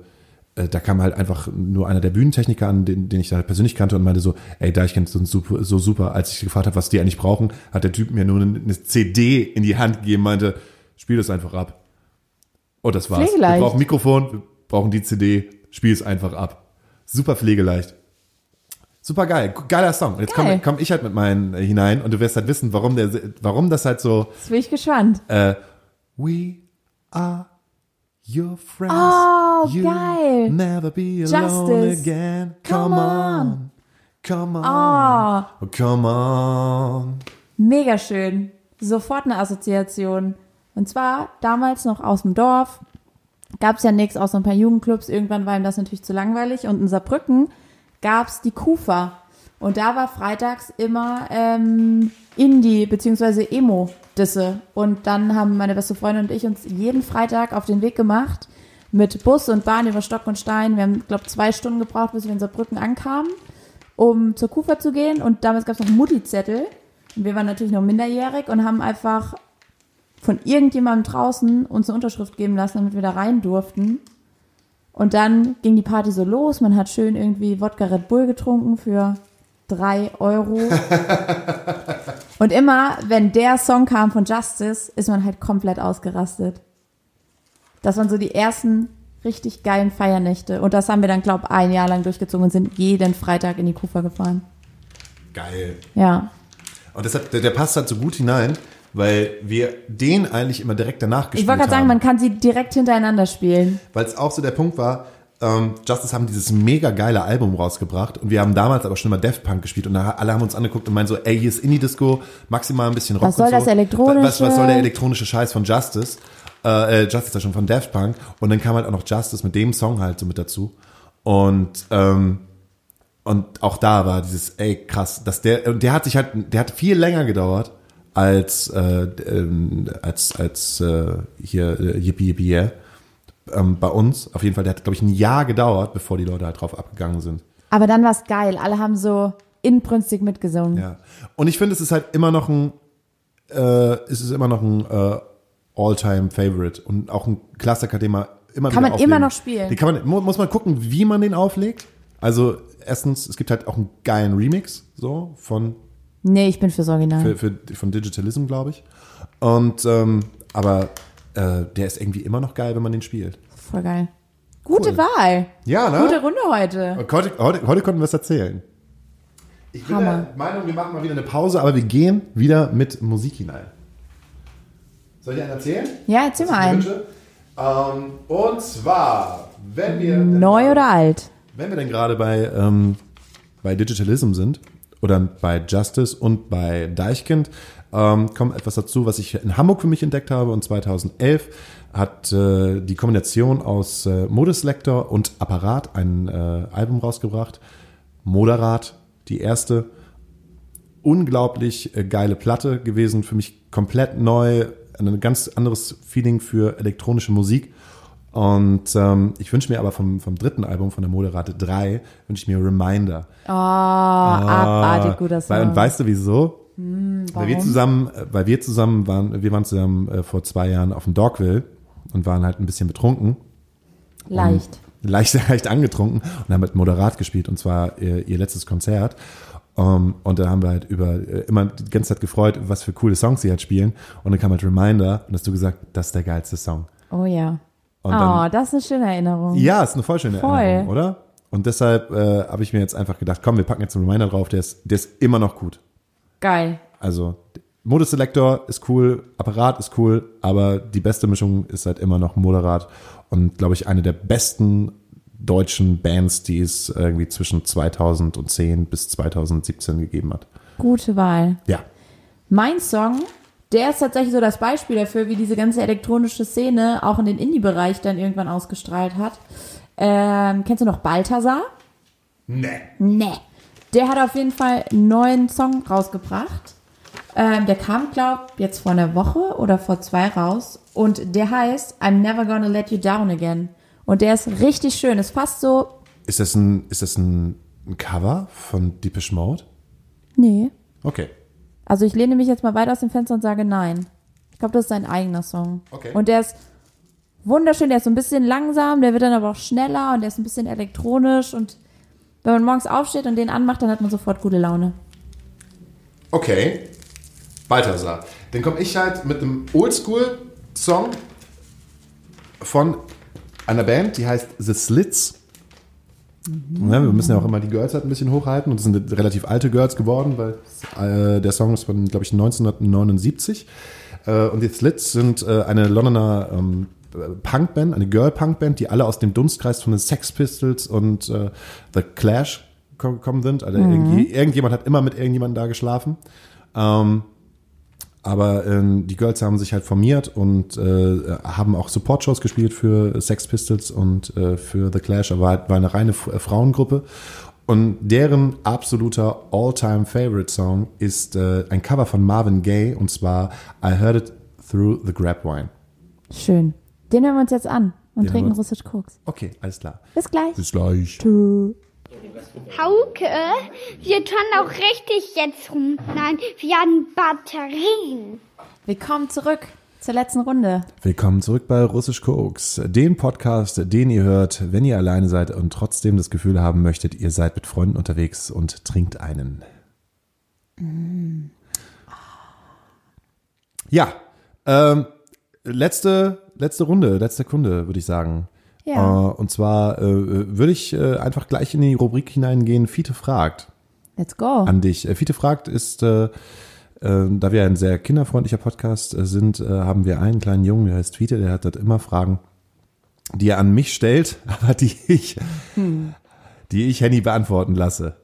äh, da kam halt einfach nur einer der Bühnentechniker an, den, den ich da persönlich kannte und meinte so, ey, Deichkind sind super, so super. Als ich gefragt habe, was die eigentlich brauchen, hat der Typ mir nur eine, eine CD in die Hand gegeben, meinte, spiel das einfach ab. Und das war's. Wir
Pflegeleicht.
brauchen Mikrofon, wir brauchen die CD, spiel es einfach ab. Super pflegeleicht. Super geil, geiler Song. Und Jetzt komme
Geil.
komm ich halt mit meinen äh, hinein und du wirst halt wissen, warum, der, warum das halt so
Jetzt bin ich gespannt.
We are your friends.
Oh,
You'll
geil.
Never be alone
Justice.
again.
Come
Come on. Come on.
Oh,
Oh, Come on.
mega schön. Sofort eine Assoziation. Und zwar damals noch aus dem Dorf. Gab's ja nichts, außer ein paar Jugendclubs. Irgendwann war ihm das natürlich zu langweilig. Und in Saarbrücken gab's die Kufa. Und da war freitags immer ähm, Indie- bzw. Emo-Disse. Und dann haben meine beste Freundin und ich uns jeden Freitag auf den Weg gemacht. Mit Bus und Bahn über Stock und Stein. Wir haben, glaube zwei Stunden gebraucht, bis wir in Saarbrücken ankamen um zur Kufa zu gehen und damals gab es noch einen Mutti-Zettel. Und wir waren natürlich noch minderjährig und haben einfach von irgendjemandem draußen uns eine Unterschrift geben lassen, damit wir da rein durften. Und dann ging die Party so los. Man hat schön irgendwie Wodka Red Bull getrunken für drei Euro. und immer, wenn der Song kam von Justice, ist man halt komplett ausgerastet. Das waren so die ersten richtig geilen Feiernächte. Und das haben wir dann, glaube ich, ein Jahr lang durchgezogen und sind jeden Freitag in die Kufa gefahren.
Geil.
Ja.
Und das hat, der, der passt halt so gut hinein, weil wir den eigentlich immer direkt danach
Ich
gespielt
wollte gerade sagen,
haben.
man kann sie direkt hintereinander spielen.
weil es auch so der Punkt war, ähm, Justice haben dieses mega geile Album rausgebracht und wir haben damals aber schon mal Daft Punk gespielt und da, alle haben uns angeguckt und meinen so, ey, hier ist Indie-Disco, maximal ein bisschen Rock
Was soll
und so.
das Elektronische?
Was, was soll der elektronische Scheiß von Justice? Äh, äh, Justice ja schon von Daft Punk und dann kam halt auch noch Justice mit dem Song halt so mit dazu und ähm, und auch da war dieses, ey, krass, dass der, und der hat sich halt, der hat viel länger gedauert als, äh, ähm, als, als äh, hier äh, Yippie Yippie yeah. ähm, bei uns. Auf jeden Fall, der hat, glaube ich, ein Jahr gedauert, bevor die Leute halt drauf abgegangen sind.
Aber dann war es geil. Alle haben so inbrünstig mitgesungen.
Ja. Und ich finde, es ist halt immer noch ein, äh, es ist immer noch ein äh, All-Time-Favorite und auch ein Klassiker, den man immer
Kann
wieder
man
auflegen.
immer noch spielen.
Den kann man, mu- muss man gucken, wie man den auflegt. Also erstens, es gibt halt auch einen geilen Remix so von
Nee, ich bin fürs Original.
für, für, von Digitalism, glaube ich. Und ähm, aber äh, der ist irgendwie immer noch geil, wenn man den spielt.
Voll geil. Gute
Cool.
Wahl.
Ja, ne?
Gute Runde heute.
Und Heute, heute, heute konnten wir es erzählen. Ich bin
Hammer.
der Meinung, wir machen mal wieder eine Pause, aber wir gehen wieder mit Musik hinein. Soll ich einen erzählen?
Ja, erzähl mal
Was ich
einen.
mir wünsche? Ähm, und zwar, wenn wir.
Neu oder alt?
Wenn wir denn gerade bei, ähm, bei Digitalism sind oder bei Justice und bei Deichkind, ähm, kommt etwas dazu, was ich in Hamburg für mich entdeckt habe. Und 2011 hat äh, die Kombination aus äh, Modeselektor und Apparat ein äh, Album rausgebracht. Moderat, die erste. Unglaublich äh, geile Platte gewesen, für mich komplett neu, ein ganz anderes Feeling für elektronische Musik. Und ähm, ich wünsche mir aber vom, vom dritten Album, von der Moderate 3, wünsche ich mir Reminder.
Oh, abartig guter
Ah, Weil,
Song. Hm,
und weißt du wieso? Weil wir
Warum?
zusammen, äh, weil wir zusammen waren, wir waren zusammen äh, vor zwei Jahren auf dem Dogville und waren halt ein bisschen betrunken,
Leicht.
leicht, leicht angetrunken und haben mit Moderat gespielt und zwar äh, ihr, ihr letztes Konzert. Ähm, und da haben wir halt über äh, immer die ganze Zeit gefreut, was für coole Songs sie halt spielen. Und dann kam halt Reminder und hast du gesagt, das ist der geilste Song.
Oh ja.
Und dann,
oh, das ist eine schöne Erinnerung.
ja, ist eine voll schöne
Oh. Voll.
Erinnerung, oder? Und deshalb äh, habe ich mir jetzt einfach gedacht, komm, wir packen jetzt einen Reminder drauf, der ist, der ist immer noch gut.
Geil.
Also Modeselektor ist cool, Apparat ist cool, aber die beste Mischung ist halt immer noch Moderat und glaube ich eine der besten deutschen Bands, die es irgendwie zwischen 2010 bis 2017 gegeben hat.
Gute Wahl.
Ja,
Mein Song, der ist tatsächlich so das Beispiel dafür, wie diese ganze elektronische Szene auch in den Indie-Bereich dann irgendwann ausgestrahlt hat. Ähm, kennst du noch Balthasar? Nee. Nee. Der hat auf jeden Fall einen neuen Song rausgebracht. Ähm, der kam, glaub, jetzt vor einer Woche oder vor zwei raus. Und der heißt I'm Never Gonna Let You Down Again. Und der ist richtig schön. Ist fast so.
ist das ein ist das ein, ein Cover von Deepish Mode?
Nee.
Okay.
Also ich lehne mich jetzt mal weit aus dem Fenster und sage nein. Ich glaube, das ist sein eigener Song.
Okay.
Und der ist wunderschön, der ist so ein bisschen langsam, der wird dann aber auch schneller und der ist ein bisschen elektronisch und wenn man morgens aufsteht und den anmacht, dann hat man sofort gute Laune.
Okay. Balthasar. Dann komme ich halt mit einem Oldschool-Song von einer Band, die heißt The Slits. Ja, wir müssen ja auch immer die Girls halt ein bisschen hochhalten und es sind relativ alte Girls geworden, weil äh, der Song ist von, glaube ich, 1979. Äh, und die Slits sind äh, eine Londoner ähm, Punkband, eine Girl-Punkband, die alle aus dem Dunstkreis von den Sex Pistols und äh, The Clash ko- gekommen sind. Also irgendwie, irgendjemand hat immer mit irgendjemandem da geschlafen. Aber ähm, die Girls haben sich halt formiert und äh, haben auch Support-Shows gespielt für Sex Pistols und äh, für The Clash, aber halt war eine reine F äh, Frauengruppe. Und deren absoluter All-Time-Favorite-Song ist äh, ein Cover von Marvin Gaye und zwar I Heard It Through the Grapevine.
Schön. Den hören wir uns jetzt an und
Den
trinken
hören wir-
russisch Koks.
Okay, alles klar.
Bis gleich.
Bis gleich.
Hauke, wir tun auch richtig jetzt rum. Nein, wir haben Batterien.
Willkommen zurück zur letzten Runde.
Willkommen zurück bei Russisch Koks, dem Podcast, den ihr hört, wenn ihr alleine seid und trotzdem das Gefühl haben möchtet, ihr seid mit Freunden unterwegs und trinkt einen. Ja, ähm, letzte, letzte Runde, letzte Kunde, würde ich sagen.
Ja.
Äh, und zwar äh, würde ich äh, einfach gleich in die Rubrik hineingehen, Fiete fragt
Let's go.
an dich. Äh, Fiete fragt ist, äh, äh, da wir ein sehr kinderfreundlicher Podcast äh, sind, äh, haben wir einen kleinen Jungen, der heißt Fiete, der hat dort immer Fragen, die er an mich stellt, aber die ich,
Hm.
die ich Henny beantworten lasse.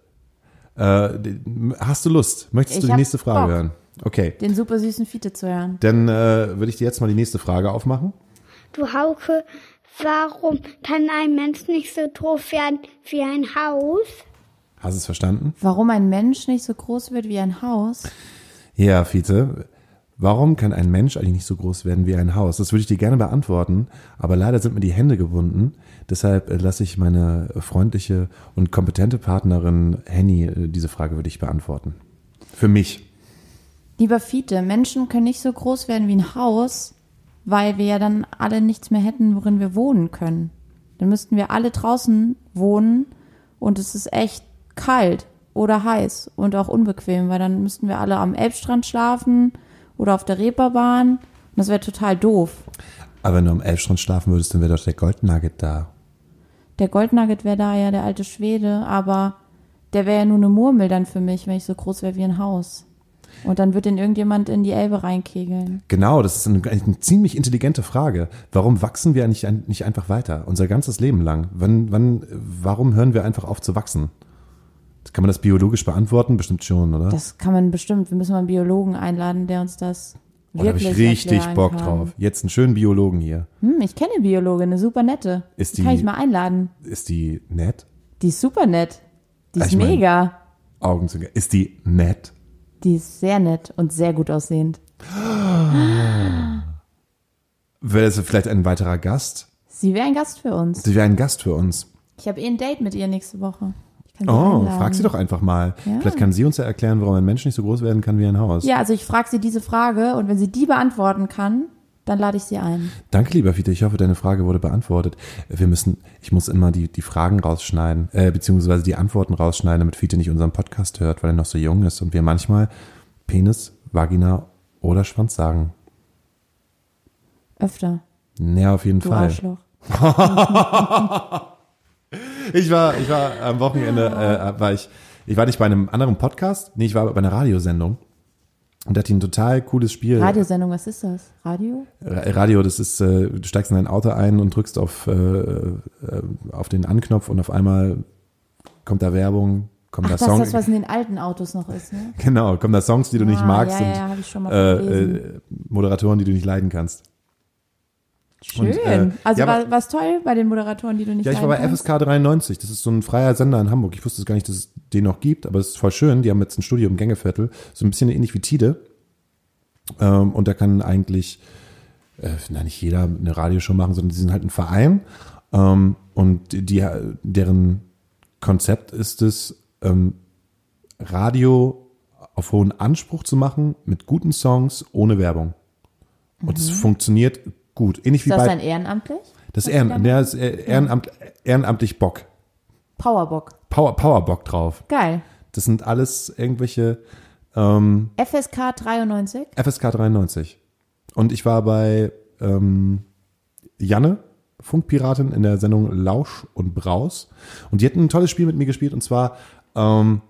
Äh, die- m- hast du Lust? Möchtest
Ich
du die
hab
nächste Frage
Bock.
hören? Okay,
Den super süßen Fiete zu hören.
dann äh, würde ich dir jetzt mal die nächste Frage aufmachen.
Du Hauke, warum kann ein Mensch nicht so doof werden wie ein Haus?
Hast du es verstanden?
Warum ein Mensch nicht so groß wird wie ein Haus?
Ja, Fiete, warum kann ein Mensch eigentlich nicht so groß werden wie ein Haus? Das würde ich dir gerne beantworten, aber leider sind mir die Hände gebunden. Deshalb äh, lasse ich meine freundliche und kompetente Partnerin Henny äh, diese Frage würde ich beantworten. Für mich.
Lieber Fiete, Menschen können nicht so groß werden wie ein Haus, weil wir ja dann alle nichts mehr hätten, worin wir wohnen können. Dann müssten wir alle draußen wohnen und es ist echt kalt oder heiß und auch unbequem, weil dann müssten wir alle am Elbstrand schlafen oder auf der Reeperbahn und das wäre total doof.
Aber wenn du am Elbstrand schlafen würdest, dann wäre doch der Goldnugget da.
Der Goldnugget wäre da ja der alte Schwede, aber der wäre ja nur eine Murmel dann für mich, wenn ich so groß wäre wie ein Haus. Und dann wird den irgendjemand in die Elbe reinkegeln.
Genau, das ist eine, eine ziemlich intelligente Frage. Warum wachsen wir nicht, ein- nicht einfach weiter? Unser ganzes Leben lang. Wann, wann, warum hören wir einfach auf zu wachsen? Kann man das biologisch beantworten? Bestimmt schon, oder?
Das kann man bestimmt. Wir müssen mal einen Biologen einladen, der uns das
Und Oh, da habe
wirklich
ich richtig
erklären
Bock
kann.
drauf. Jetzt einen schönen Biologen hier.
Hm, ich kenne eine Biologin, eine super nette.
Ist
kann
die-
ich mal einladen.
Ist die nett?
Die ist super nett. Die ist
Ich mein-
mega.
Augenzwinkern. Ist die nett?
Die ist sehr nett und sehr gut aussehend.
Wäre das vielleicht ein weiterer Gast?
Sie wäre ein Gast für uns.
Sie wäre ein Gast für uns.
Ich habe eh ein Date mit ihr nächste Woche. Ich kann sie
Oh,
einladen.
frag sie doch einfach mal.
Ja.
Vielleicht kann sie uns ja erklären, warum ein Mensch nicht so groß werden kann wie ein Haus.
Ja, also ich frage sie diese Frage und wenn sie die beantworten kann, dann lade ich sie ein.
Danke, lieber Fiete. Ich hoffe, deine Frage wurde beantwortet. Wir müssen, ich muss immer die, die Fragen rausschneiden, äh, beziehungsweise die Antworten rausschneiden, damit Fiete nicht unseren Podcast hört, weil er noch so jung ist und wir manchmal Penis, Vagina oder Schwanz sagen.
Öfter.
Naja, auf jeden
Du
Fall.
Arschloch.
Ich war, ich war am Wochenende, äh, war ich, ich war nicht bei einem anderen Podcast, nee, ich war bei einer Radiosendung. Und da hat die ein total cooles Spiel.
Radiosendung, was ist das? Radio?
Ra- Radio, das ist, äh, du steigst in dein Auto ein und drückst auf, äh, äh, auf den Anknopf und auf einmal kommt da Werbung, kommt
Ach,
da
das ist
Song.
das, was in den alten Autos noch ist, ne?
genau, kommen da Songs, die du nicht
Ah,
magst
ja,
und
ja, hab ich schon mal
äh,
gelesen.
äh, Moderatoren, die du nicht leiden kannst.
Schön.
äh,
also
ja,
war
aber-
war's toll bei den Moderatoren, die du nicht
Ja, ich war
leiden
bei
kannst?
FSK 93. Das ist so ein freier Sender in Hamburg. Ich wusste gar nicht, dass es den noch gibt, aber es ist voll schön. Die haben jetzt ein Studio im Gängeviertel. So ein bisschen ähnlich wie Tide. Ähm, und da kann eigentlich, äh, na, nicht jeder eine Radioshow machen, sondern die sind halt ein Verein. Ähm, und die- die, deren Konzept ist es, ähm, Radio auf hohen Anspruch zu machen, mit guten Songs, ohne Werbung. Und es funktioniert gut. Ähnlich wie
Mhm. Ist das
bei
dann ehrenamtlich?
das Ehrenamt, ja, das ist äh, Ehrenamt, ehrenamtlich Bock.
Powerbock.
Power, Powerbock drauf.
Geil.
Das sind alles irgendwelche
FSK 93.
FSK 93. Und ich war bei ähm, Janne, Funkpiratin, in der Sendung Lausch und Braus. Und die hatten ein tolles Spiel mit mir gespielt und zwar ähm,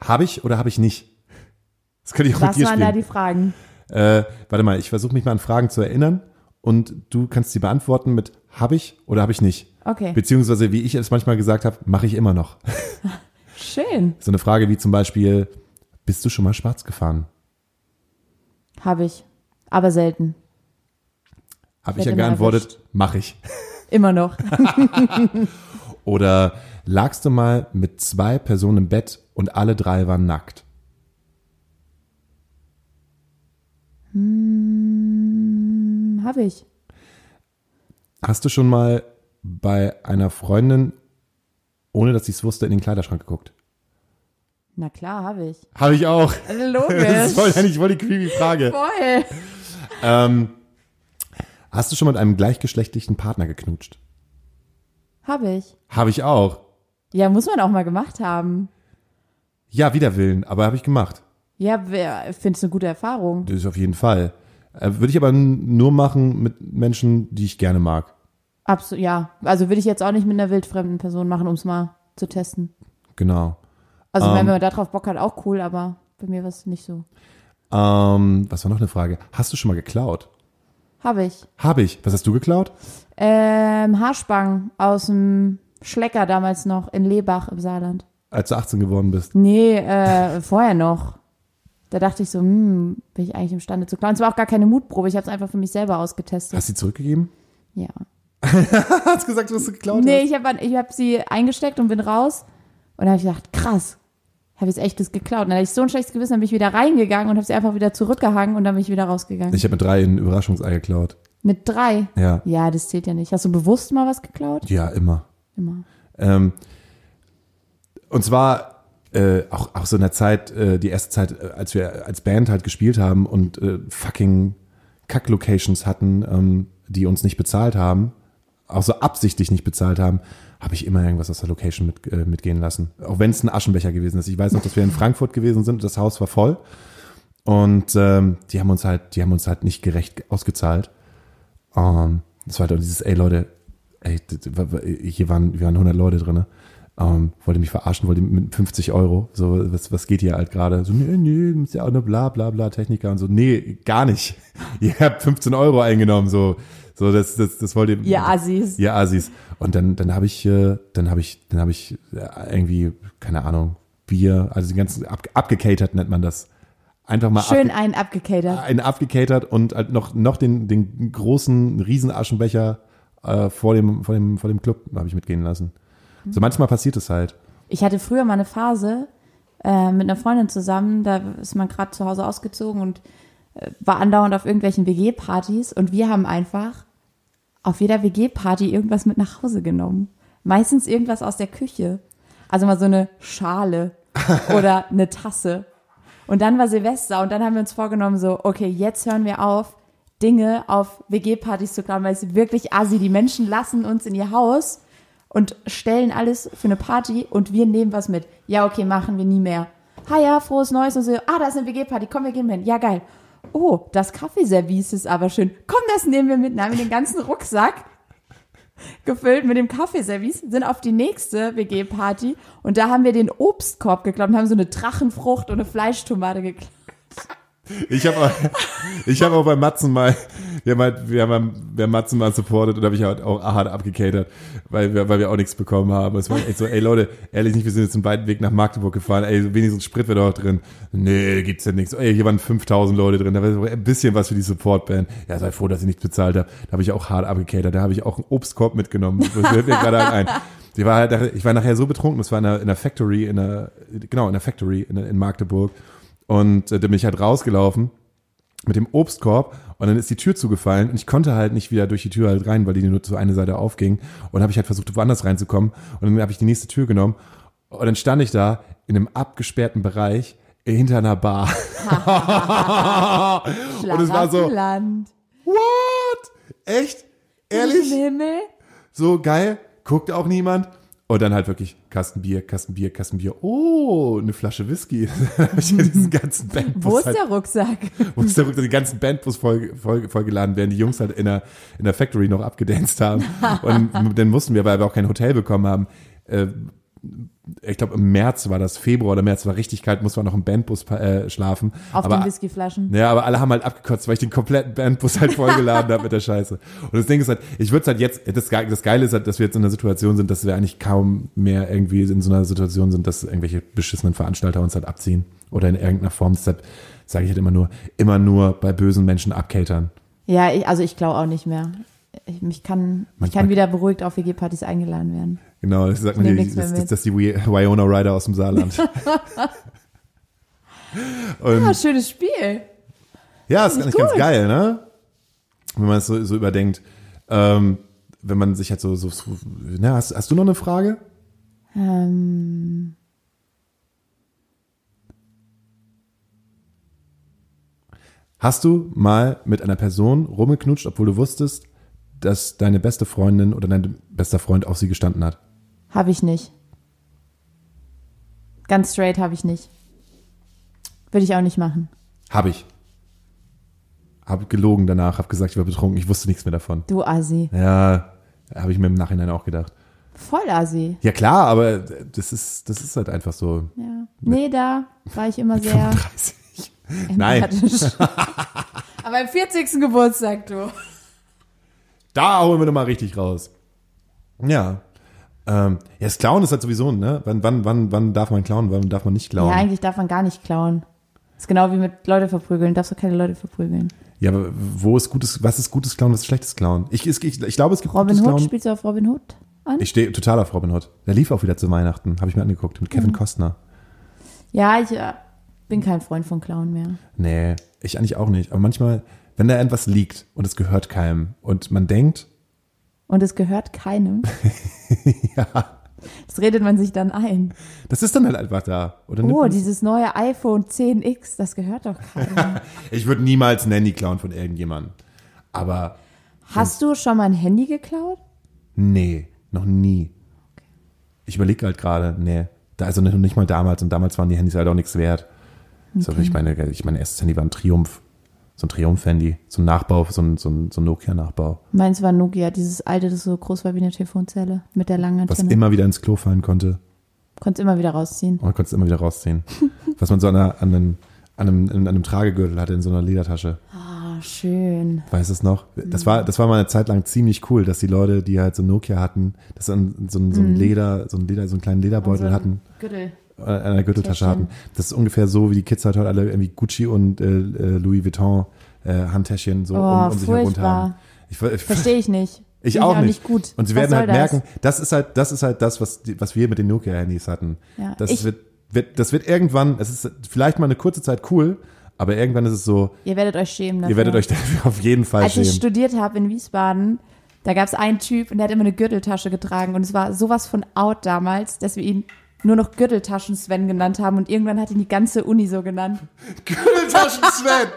habe ich oder habe ich nicht? Das könnte ich auch
Was
mit dir
waren
spielen.
da die Fragen?
Äh, warte mal, ich versuche mich mal an Fragen zu erinnern und du kannst sie beantworten mit habe ich oder habe ich nicht.
Okay.
Beziehungsweise, wie ich es manchmal gesagt habe, mache ich immer noch.
Schön.
So eine Frage wie zum Beispiel, bist du schon mal schwarz gefahren?
Habe ich. Aber selten.
Habe
Wird
ich ja
immer
geantwortet, mache ich.
Immer noch.
Oder lagst du mal mit zwei Personen im Bett und alle drei waren nackt?
Habe Hm, ich.
Hast du schon mal bei einer Freundin, ohne dass sie es wusste, in den Kleiderschrank geguckt?
Na klar, habe ich.
Habe ich auch. Das ist
Logisch.
voll, eigentlich voll die creepy Frage.
Voll.
Hast du schon mal mit einem gleichgeschlechtlichen Partner geknutscht?
Habe ich.
Habe ich auch.
Ja, muss man auch mal gemacht haben.
Ja, wider Willen, aber habe ich gemacht.
Ja, finde es eine gute Erfahrung.
Das ist auf jeden Fall. Äh, Würde ich aber n- nur machen mit Menschen, die ich gerne mag.
Absolut, ja. Also würde ich jetzt auch nicht mit einer wildfremden Person machen, um es mal zu testen.
Genau.
Also
Ähm.
wenn man darauf Bock hat, auch cool, aber bei mir war es nicht so.
Ähm, was war noch eine Frage? Hast du schon mal geklaut?
Habe ich.
Habe ich. Was hast du geklaut?
Ähm, Haarspangen aus dem Schlecker damals noch in Lebach im Saarland.
Als du 18 geworden bist.
Nee, äh, vorher noch. Da dachte ich so, hm, bin ich eigentlich imstande zu klauen. Es war auch gar keine Mutprobe, ich habe es einfach für mich selber ausgetestet.
Hast du sie zurückgegeben?
Ja.
Hast gesagt, dass du geklaut
Nee, ich habe ich hab sie eingesteckt und bin raus. Und da habe ich gedacht, krass, habe ich echtes geklaut. Und dann hatte ich so ein schlechtes Gewissen, dann bin ich wieder reingegangen und habe sie einfach wieder zurückgehangen und dann bin ich wieder rausgegangen.
Ich habe mit drei ein Überraschungsei geklaut.
Mit drei.
Ja.
Ja, das zählt ja nicht. Hast du bewusst mal was geklaut?
Ja, immer.
Immer.
Ähm, und zwar äh, auch, auch so in der Zeit, äh, die erste Zeit, äh, als wir als Band halt gespielt haben und äh, fucking Kack-Locations hatten, ähm, die uns nicht bezahlt haben, auch so absichtlich nicht bezahlt haben, habe ich immer irgendwas aus der Location mit, äh, mitgehen lassen. Auch wenn es ein Aschenbecher gewesen ist. Ich weiß noch, dass wir in Frankfurt gewesen sind und das Haus war voll. Und ähm, die haben uns halt, die haben uns halt nicht gerecht ausgezahlt. Ähm, das war halt auch dieses, ey Leute, ey, d- d- wa- wa- hier waren, wir waren 100 Leute drin, ne? Ähm, wollte mich verarschen, wollte mit 50 Euro, so, was, was geht hier halt gerade? So, nee, nee, ist ja auch nur bla, bla, bla, Techniker und so, nee, gar nicht. Ihr habt 15 Euro eingenommen, so, so, das, das, das wollt ihr.
Ihr Assis.
Ja, Assis. Und dann, dann habe ich, äh, dann habe ich, dann habe ich äh, irgendwie, keine Ahnung, Bier, also den ganzen, ab, abgecatert nennt man das. Einfach mal abge-
Schön einen abgekatert.
einen abgekatert und halt noch, noch den, den großen Riesenaschenbecher äh, vor, dem, vor, dem, vor dem Club habe ich mitgehen lassen. So manchmal passiert es halt.
Ich hatte früher mal eine Phase äh, mit einer Freundin zusammen, da ist man gerade zu Hause ausgezogen und äh, war andauernd auf irgendwelchen WG-Partys und wir haben einfach auf jeder WG-Party irgendwas mit nach Hause genommen. Meistens irgendwas aus der Küche. Also mal so eine Schale oder eine Tasse. Und dann war Silvester und dann haben wir uns vorgenommen, so, okay, jetzt hören wir auf, Dinge auf WG-Partys zu klauen, weil es wirklich assi, die Menschen lassen uns in ihr Haus und stellen alles für eine Party und wir nehmen was mit. Ja, okay, machen wir nie mehr. Ha ja, frohes Neues und so, ah, da ist eine WG-Party, komm, wir gehen hin. Ja, geil. Oh, das Kaffeeservice ist aber schön. Komm, das nehmen wir mit. Dann haben wir den ganzen Rucksack gefüllt mit dem Kaffeeservice, sind auf die nächste WG-Party und da haben wir den Obstkorb geklaut und haben so eine Drachenfrucht und eine Fleischtomate geklaut.
Ich habe ich hab auch bei Matzen mal, wir haben, halt, wir haben, wir haben Matzen mal supportet und habe ich halt auch hart abgekatert, weil wir, weil wir auch nichts bekommen haben. Es war echt so, ey Leute, ehrlich nicht, wir sind jetzt einen weiten Weg nach Magdeburg gefahren, ey, wenigstens Sprit wäre doch drin. Nee, gibt's ja nichts. Ey, hier waren 5000 Leute drin, da war ein bisschen was für die Supportband. Ja, sei froh, dass ich nichts bezahlt habe. Da habe ich auch hart abgekatert, da habe ich auch einen Obstkorb mitgenommen. Das fällt mir gerade halt ein. Die war halt, ich war nachher so betrunken, das war in einer, in einer Factory, in einer, genau, in einer Factory in, in Magdeburg. Und äh, da bin ich halt rausgelaufen mit dem Obstkorb und dann ist die Tür zugefallen und ich konnte halt nicht wieder durch die Tür halt rein, weil die nur zu einer Seite aufging. Und habe ich halt versucht, woanders reinzukommen. Und dann habe ich die nächste Tür genommen. Und dann stand ich da in einem abgesperrten Bereich hinter einer Bar. und es war so,
Land.
what? Echt? Ehrlich?
Himmel.
So geil? Guckt auch niemand? Und dann halt wirklich Kastenbier, Kastenbier, Kastenbier. Oh, eine Flasche Whisky. Dann habe ich ja diesen ganzen Bandbus.
Wo ist
halt,
der Rucksack?
Wo ist der Rucksack? Die ganzen Bandbus voll, voll, vollgeladen werden. Die Jungs halt in der, in der Factory noch abgedanced haben. Und dann mussten wir, weil wir auch kein Hotel bekommen haben, äh, ich glaube im März war das, Februar oder März war richtig kalt, mussten wir noch im Bandbus äh, schlafen.
Auf
aber,
den Whiskyflaschen.
ja, aber alle haben halt abgekotzt, weil ich den kompletten Bandbus halt vollgeladen habe mit der Scheiße. Und das Ding ist halt, ich würde halt jetzt, das, Ge- das Geile ist halt, dass wir jetzt in einer Situation sind, dass wir eigentlich kaum mehr irgendwie in so einer Situation sind, dass irgendwelche beschissenen Veranstalter uns halt abziehen oder in irgendeiner Form. Deshalb sage ich halt immer nur, immer nur bei bösen Menschen abkatern.
Ja, ich, also ich klaue auch nicht mehr. Ich, mich kann, ich
Manchmal-
kann wieder beruhigt auf WG-Partys eingeladen werden.
Genau, das sagt man
Nimm
hier,
nichts mehr
das, das,
mit.
das ist die Wi- Wyona Rider aus dem Saarland. Und
Ah, schönes Spiel.
Ja, ist
Finde
eigentlich
ich
ganz
gut.
geil, ne? Wenn man es so, so überdenkt. Ähm, wenn man sich halt so, so, so na, hast, hast du noch eine Frage?
Ähm,
Hast du mal mit einer Person rumgeknutscht, obwohl du wusstest, dass deine beste Freundin oder dein bester Freund auf sie gestanden hat?
habe ich nicht. Ganz straight habe ich nicht. Würde ich auch nicht machen.
Hab ich. Hab gelogen danach, hab gesagt, ich war betrunken, ich wusste nichts mehr davon.
Du Asi.
Ja, habe ich mir im Nachhinein auch gedacht.
Voll Asi.
Ja klar, aber das ist, das ist halt einfach so.
Ja. Nee, da war ich immer sehr
35. Nein.
empathisch. Aber im 40. Geburtstag, du.
Da holen wir doch mal richtig raus. Ja. Ähm, ja, das Klauen ist halt sowieso, ne? Wann, wann, wann, wann darf man klauen, wann darf man nicht
Ja,
klauen? Ja,
eigentlich darf man gar nicht klauen. Ist genau wie mit Leute verprügeln. Darfst du keine Leute verprügeln.
aber wo ist gutes, was ist gutes Klauen, was ist schlechtes Klauen? Ich, ich, ich, ich glaube, es gibt
Robin
gutes
Hood,
Klauen.
spielst du auf Robin Hood an?
Ich stehe total auf Robin Hood. Der lief auch wieder zu Weihnachten, habe ich mir angeguckt, mit
Mhm.
Kevin Costner.
ja, ich äh, bin kein Freund von Klauen mehr.
Nee, ich eigentlich auch nicht. Aber manchmal, wenn da etwas liegt und es gehört keinem und man denkt,
Und es gehört keinem.
ja,
Das redet man sich dann ein.
das ist dann halt einfach da. Oder nimmt
Oh,
man-
dieses neue iPhone 10X, das gehört doch keinem.
ich würde niemals ein Handy klauen von irgendjemandem. Aber
Hast du schon mal ein Handy geklaut?
Nee, noch nie. Ich überlege halt gerade, nee. Da, also nicht- nicht mal damals. Und damals waren die Handys halt auch nichts wert. So, ich meine, ich mein erstes Handy war ein Triumph. So ein Triumph-Handy. So ein Nachbau, so ein, so ein, so ein Nokia-Nachbau.
Meins war Nokia, dieses alte, das so groß war wie eine Telefonzelle mit der langen
Was
Antenne.
immer wieder ins Klo fallen konnte.
Konntest immer wieder rausziehen.
Und man konnte es immer wieder rausziehen. was man so an, einer, an, einem, an, einem, an einem Tragegürtel hatte, in so einer Ledertasche.
Ah, schön.
Weiß es noch? Das
Mhm.
war, das war mal eine Zeit lang ziemlich cool, dass die Leute, die halt so Nokia hatten, das an, so, ein, so ein Leder, so ein Leder, so einen kleinen Lederbeutel hatten.
Mhm.
Äh,
Gürtel.
an einer Gürteltasche hatten. Das ist ungefähr so, wie die Kids halt heute alle irgendwie Gucci und äh, äh, Louis Vuitton äh, Handtäschchen so
Oh,
um, um sich herum
furchtbar.
haben. Ich, ich,
Verstehe ich nicht.
ich
Find
auch nicht.
gut.
Und sie
Was
werden
soll
halt
das?
merken, das ist halt, das ist halt das, was, die- was wir mit den Nokia-Handys hatten.
Ja,
das
ich-
wird, wird, das wird irgendwann, es ist vielleicht mal eine kurze Zeit cool, aber irgendwann ist es so,
Ihr werdet euch schämen. Dafür.
ihr werdet euch dafür auf jeden Fall
Als Also ich
schämen.
studiert habe in Wiesbaden, Da gab es einen Typ und der hat immer eine Gürteltasche getragen und es war sowas von out damals, dass wir ihn nur noch Gürteltaschen Sven genannt haben und irgendwann hat ihn die ganze Uni so genannt.
Gürteltaschen Sven!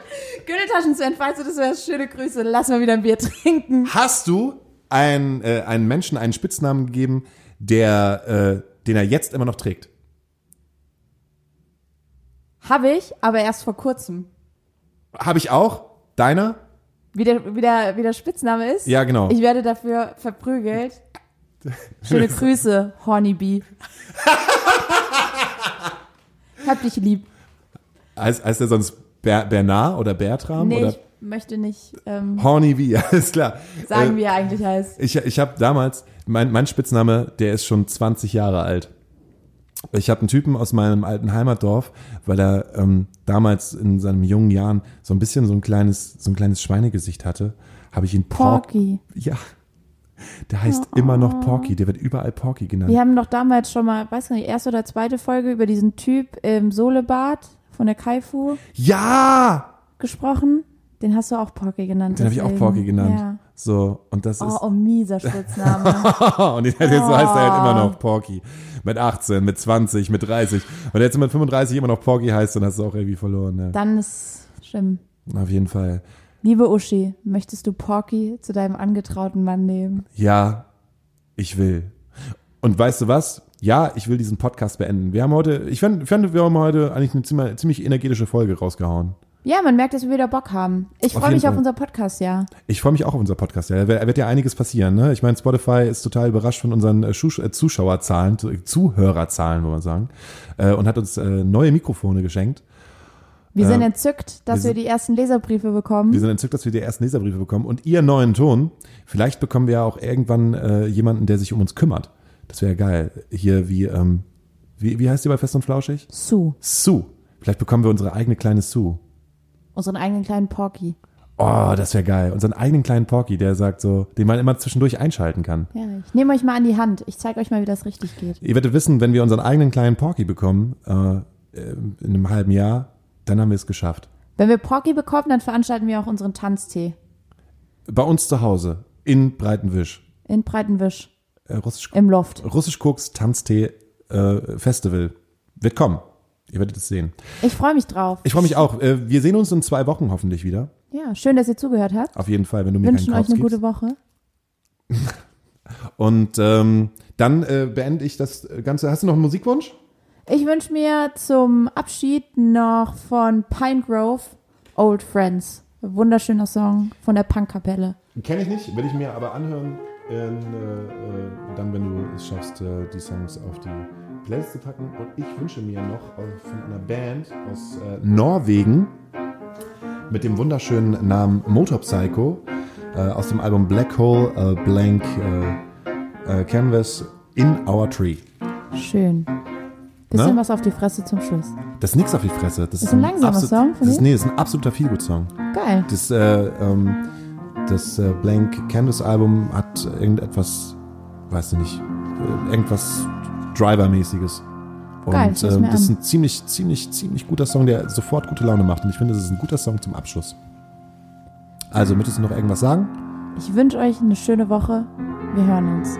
Gürteltaschen Sven, falls du das hörst, schöne Grüße, lass mal wieder ein Bier trinken.
Hast du einen, äh, einen Menschen einen Spitznamen gegeben, der, äh, den er jetzt immer noch trägt?
Habe ich, aber erst vor kurzem.
Habe ich auch. Deiner?
Wie der, wie der, wie der Spitzname ist?
Ja, genau.
Ich werde dafür verprügelt. Schöne Grüße, Hornybee. Hab dich lieb.
Heißt, heißt er sonst Ber Bernard oder Bertram?
Nee,
oder?
ich möchte nicht ähm,
Hornybee, alles klar.
sagen,
Äh,
wie er eigentlich heißt.
Ich, ich habe damals, mein, mein Spitzname, der ist schon 20 Jahre alt. Ich habe einen Typen aus meinem alten Heimatdorf, weil er ähm, damals in seinen jungen Jahren so ein bisschen so ein kleines, so ein kleines Schweinegesicht hatte, habe ich ihn Pork.
Porky.
Ja. Der heißt immer
oh.
noch Porky, der wird überall Porky genannt.
Wir haben doch damals schon mal, weiß gar nicht, erste oder zweite Folge über diesen Typ im Solebad von der Kaifu
Ja!
gesprochen. Den hast du auch Porky genannt.
Den habe ich auch
deswegen.
Porky genannt.
Ja.
So, und das ist.
Oh, oh, mieser Spitzname.
Und jetzt, jetzt heißt er halt immer
Oh.
noch Porky. Mit 18, mit 20, mit 30. Und jetzt mit 35 immer noch Porky heißt, dann hast du auch irgendwie verloren. Ne?
Dann ist schlimm.
Auf jeden Fall.
Liebe Uschi, möchtest du Porky zu deinem angetrauten Mann nehmen?
Ja, ich will. Und weißt du was? Ja, ich will diesen Podcast beenden. Wir haben heute, ich fand, fand wir haben heute eigentlich eine ziemlich, ziemlich energetische Folge rausgehauen.
Ja, man merkt, dass wir wieder Bock haben. Ich
Auf
freue mich
jeden
auf
Fall.
unser Podcast, ja.
Ich freue mich auch auf unser Podcast. Ja, da wird, wird ja einiges passieren. Ne? Ich meine, Spotify ist total überrascht von unseren äh, Schusch- äh, Zuschauerzahlen, zu- äh, Zuhörerzahlen, würde man sagen, äh, und hat uns äh, neue Mikrofone geschenkt.
Wir sind
Ähm,
entzückt, dass wir,
wir sind-
die ersten Leserbriefe
Wir
bekommen.
sind entzückt, dass wir die ersten Leserbriefe bekommen und ihr neuen Ton. Vielleicht bekommen wir ja auch irgendwann äh, jemanden, der sich um uns kümmert. Das wäre geil. Hier wie, ähm, wie, wie heißt die bei Fest und Flauschig?
Zu
Sue. Vielleicht bekommen wir unsere eigene kleine Sue.
unseren eigenen kleinen Porky.
Oh, das wäre geil. Unseren eigenen kleinen Porky, der sagt so, den man immer zwischendurch einschalten kann.
Ja, ich nehme euch mal an die Hand. Ich zeige euch mal, wie das richtig geht.
Ihr werdet wissen, wenn wir unseren eigenen kleinen Porky bekommen, äh, äh, in einem halben Jahr, dann haben wir es geschafft.
Wenn wir Porky bekommen, dann veranstalten wir auch unseren Tanztee
Bei uns zu Hause, in Breitenwisch,
in Breitenwisch
äh, russisch,
im Loft.
russisch Koks Tanztee äh, Festival. Wird kommen. Ihr werdet es sehen.
Ich freue mich drauf.
Ich freue mich auch. Äh, wir sehen uns in zwei Wochen hoffentlich wieder.
Ja, schön, dass ihr zugehört habt.
Auf jeden Fall, wenn du mir
Wünschen
keinen
euch
Kauz
eine
gibst.
gute Woche.
Und ähm, dann äh, beende ich das Ganze. Hast du noch einen Musikwunsch?
Ich wünsche mir zum Abschied noch von Pine Grove Old Friends. Wunderschöner Song von der Punkkapelle.
Kenne ich nicht, will ich mir aber anhören. ähm, äh, äh, dann, wenn du es schaffst, äh, die Songs auf die Playlist zu packen. Und ich wünsche mir noch aus- von einer Band aus äh, Norwegen mit dem wunderschönen Namen Motorpsycho äh, aus dem Album Black Hole äh, Blank äh, äh, Canvas In Our Tree.
Schön. Bisschen
Na?
was auf die Fresse zum Schluss.
Das ist nichts auf die Fresse. Das ist,
ein langsamer
absolut-
Song von
Das ist,
dir?
nee, das ist ein absoluter Feelgood-Song.
Geil.
Das, äh, ähm, das äh, Blank Canvas Album hat irgendetwas, weiß ich nicht, äh, irgendwas Driver-mäßiges. Und
Geil, ich seh's
ähm,
mir
das ist
an.
ein ziemlich, ziemlich, ziemlich guter Song, der sofort gute Laune macht. Und ich finde, das ist ein guter Song zum Abschluss. Also, möchtest du noch irgendwas sagen?
Ich wünsche euch eine schöne Woche. Wir hören uns.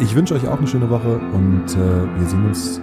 Ich wünsche euch auch eine schöne Woche und äh, wir sehen uns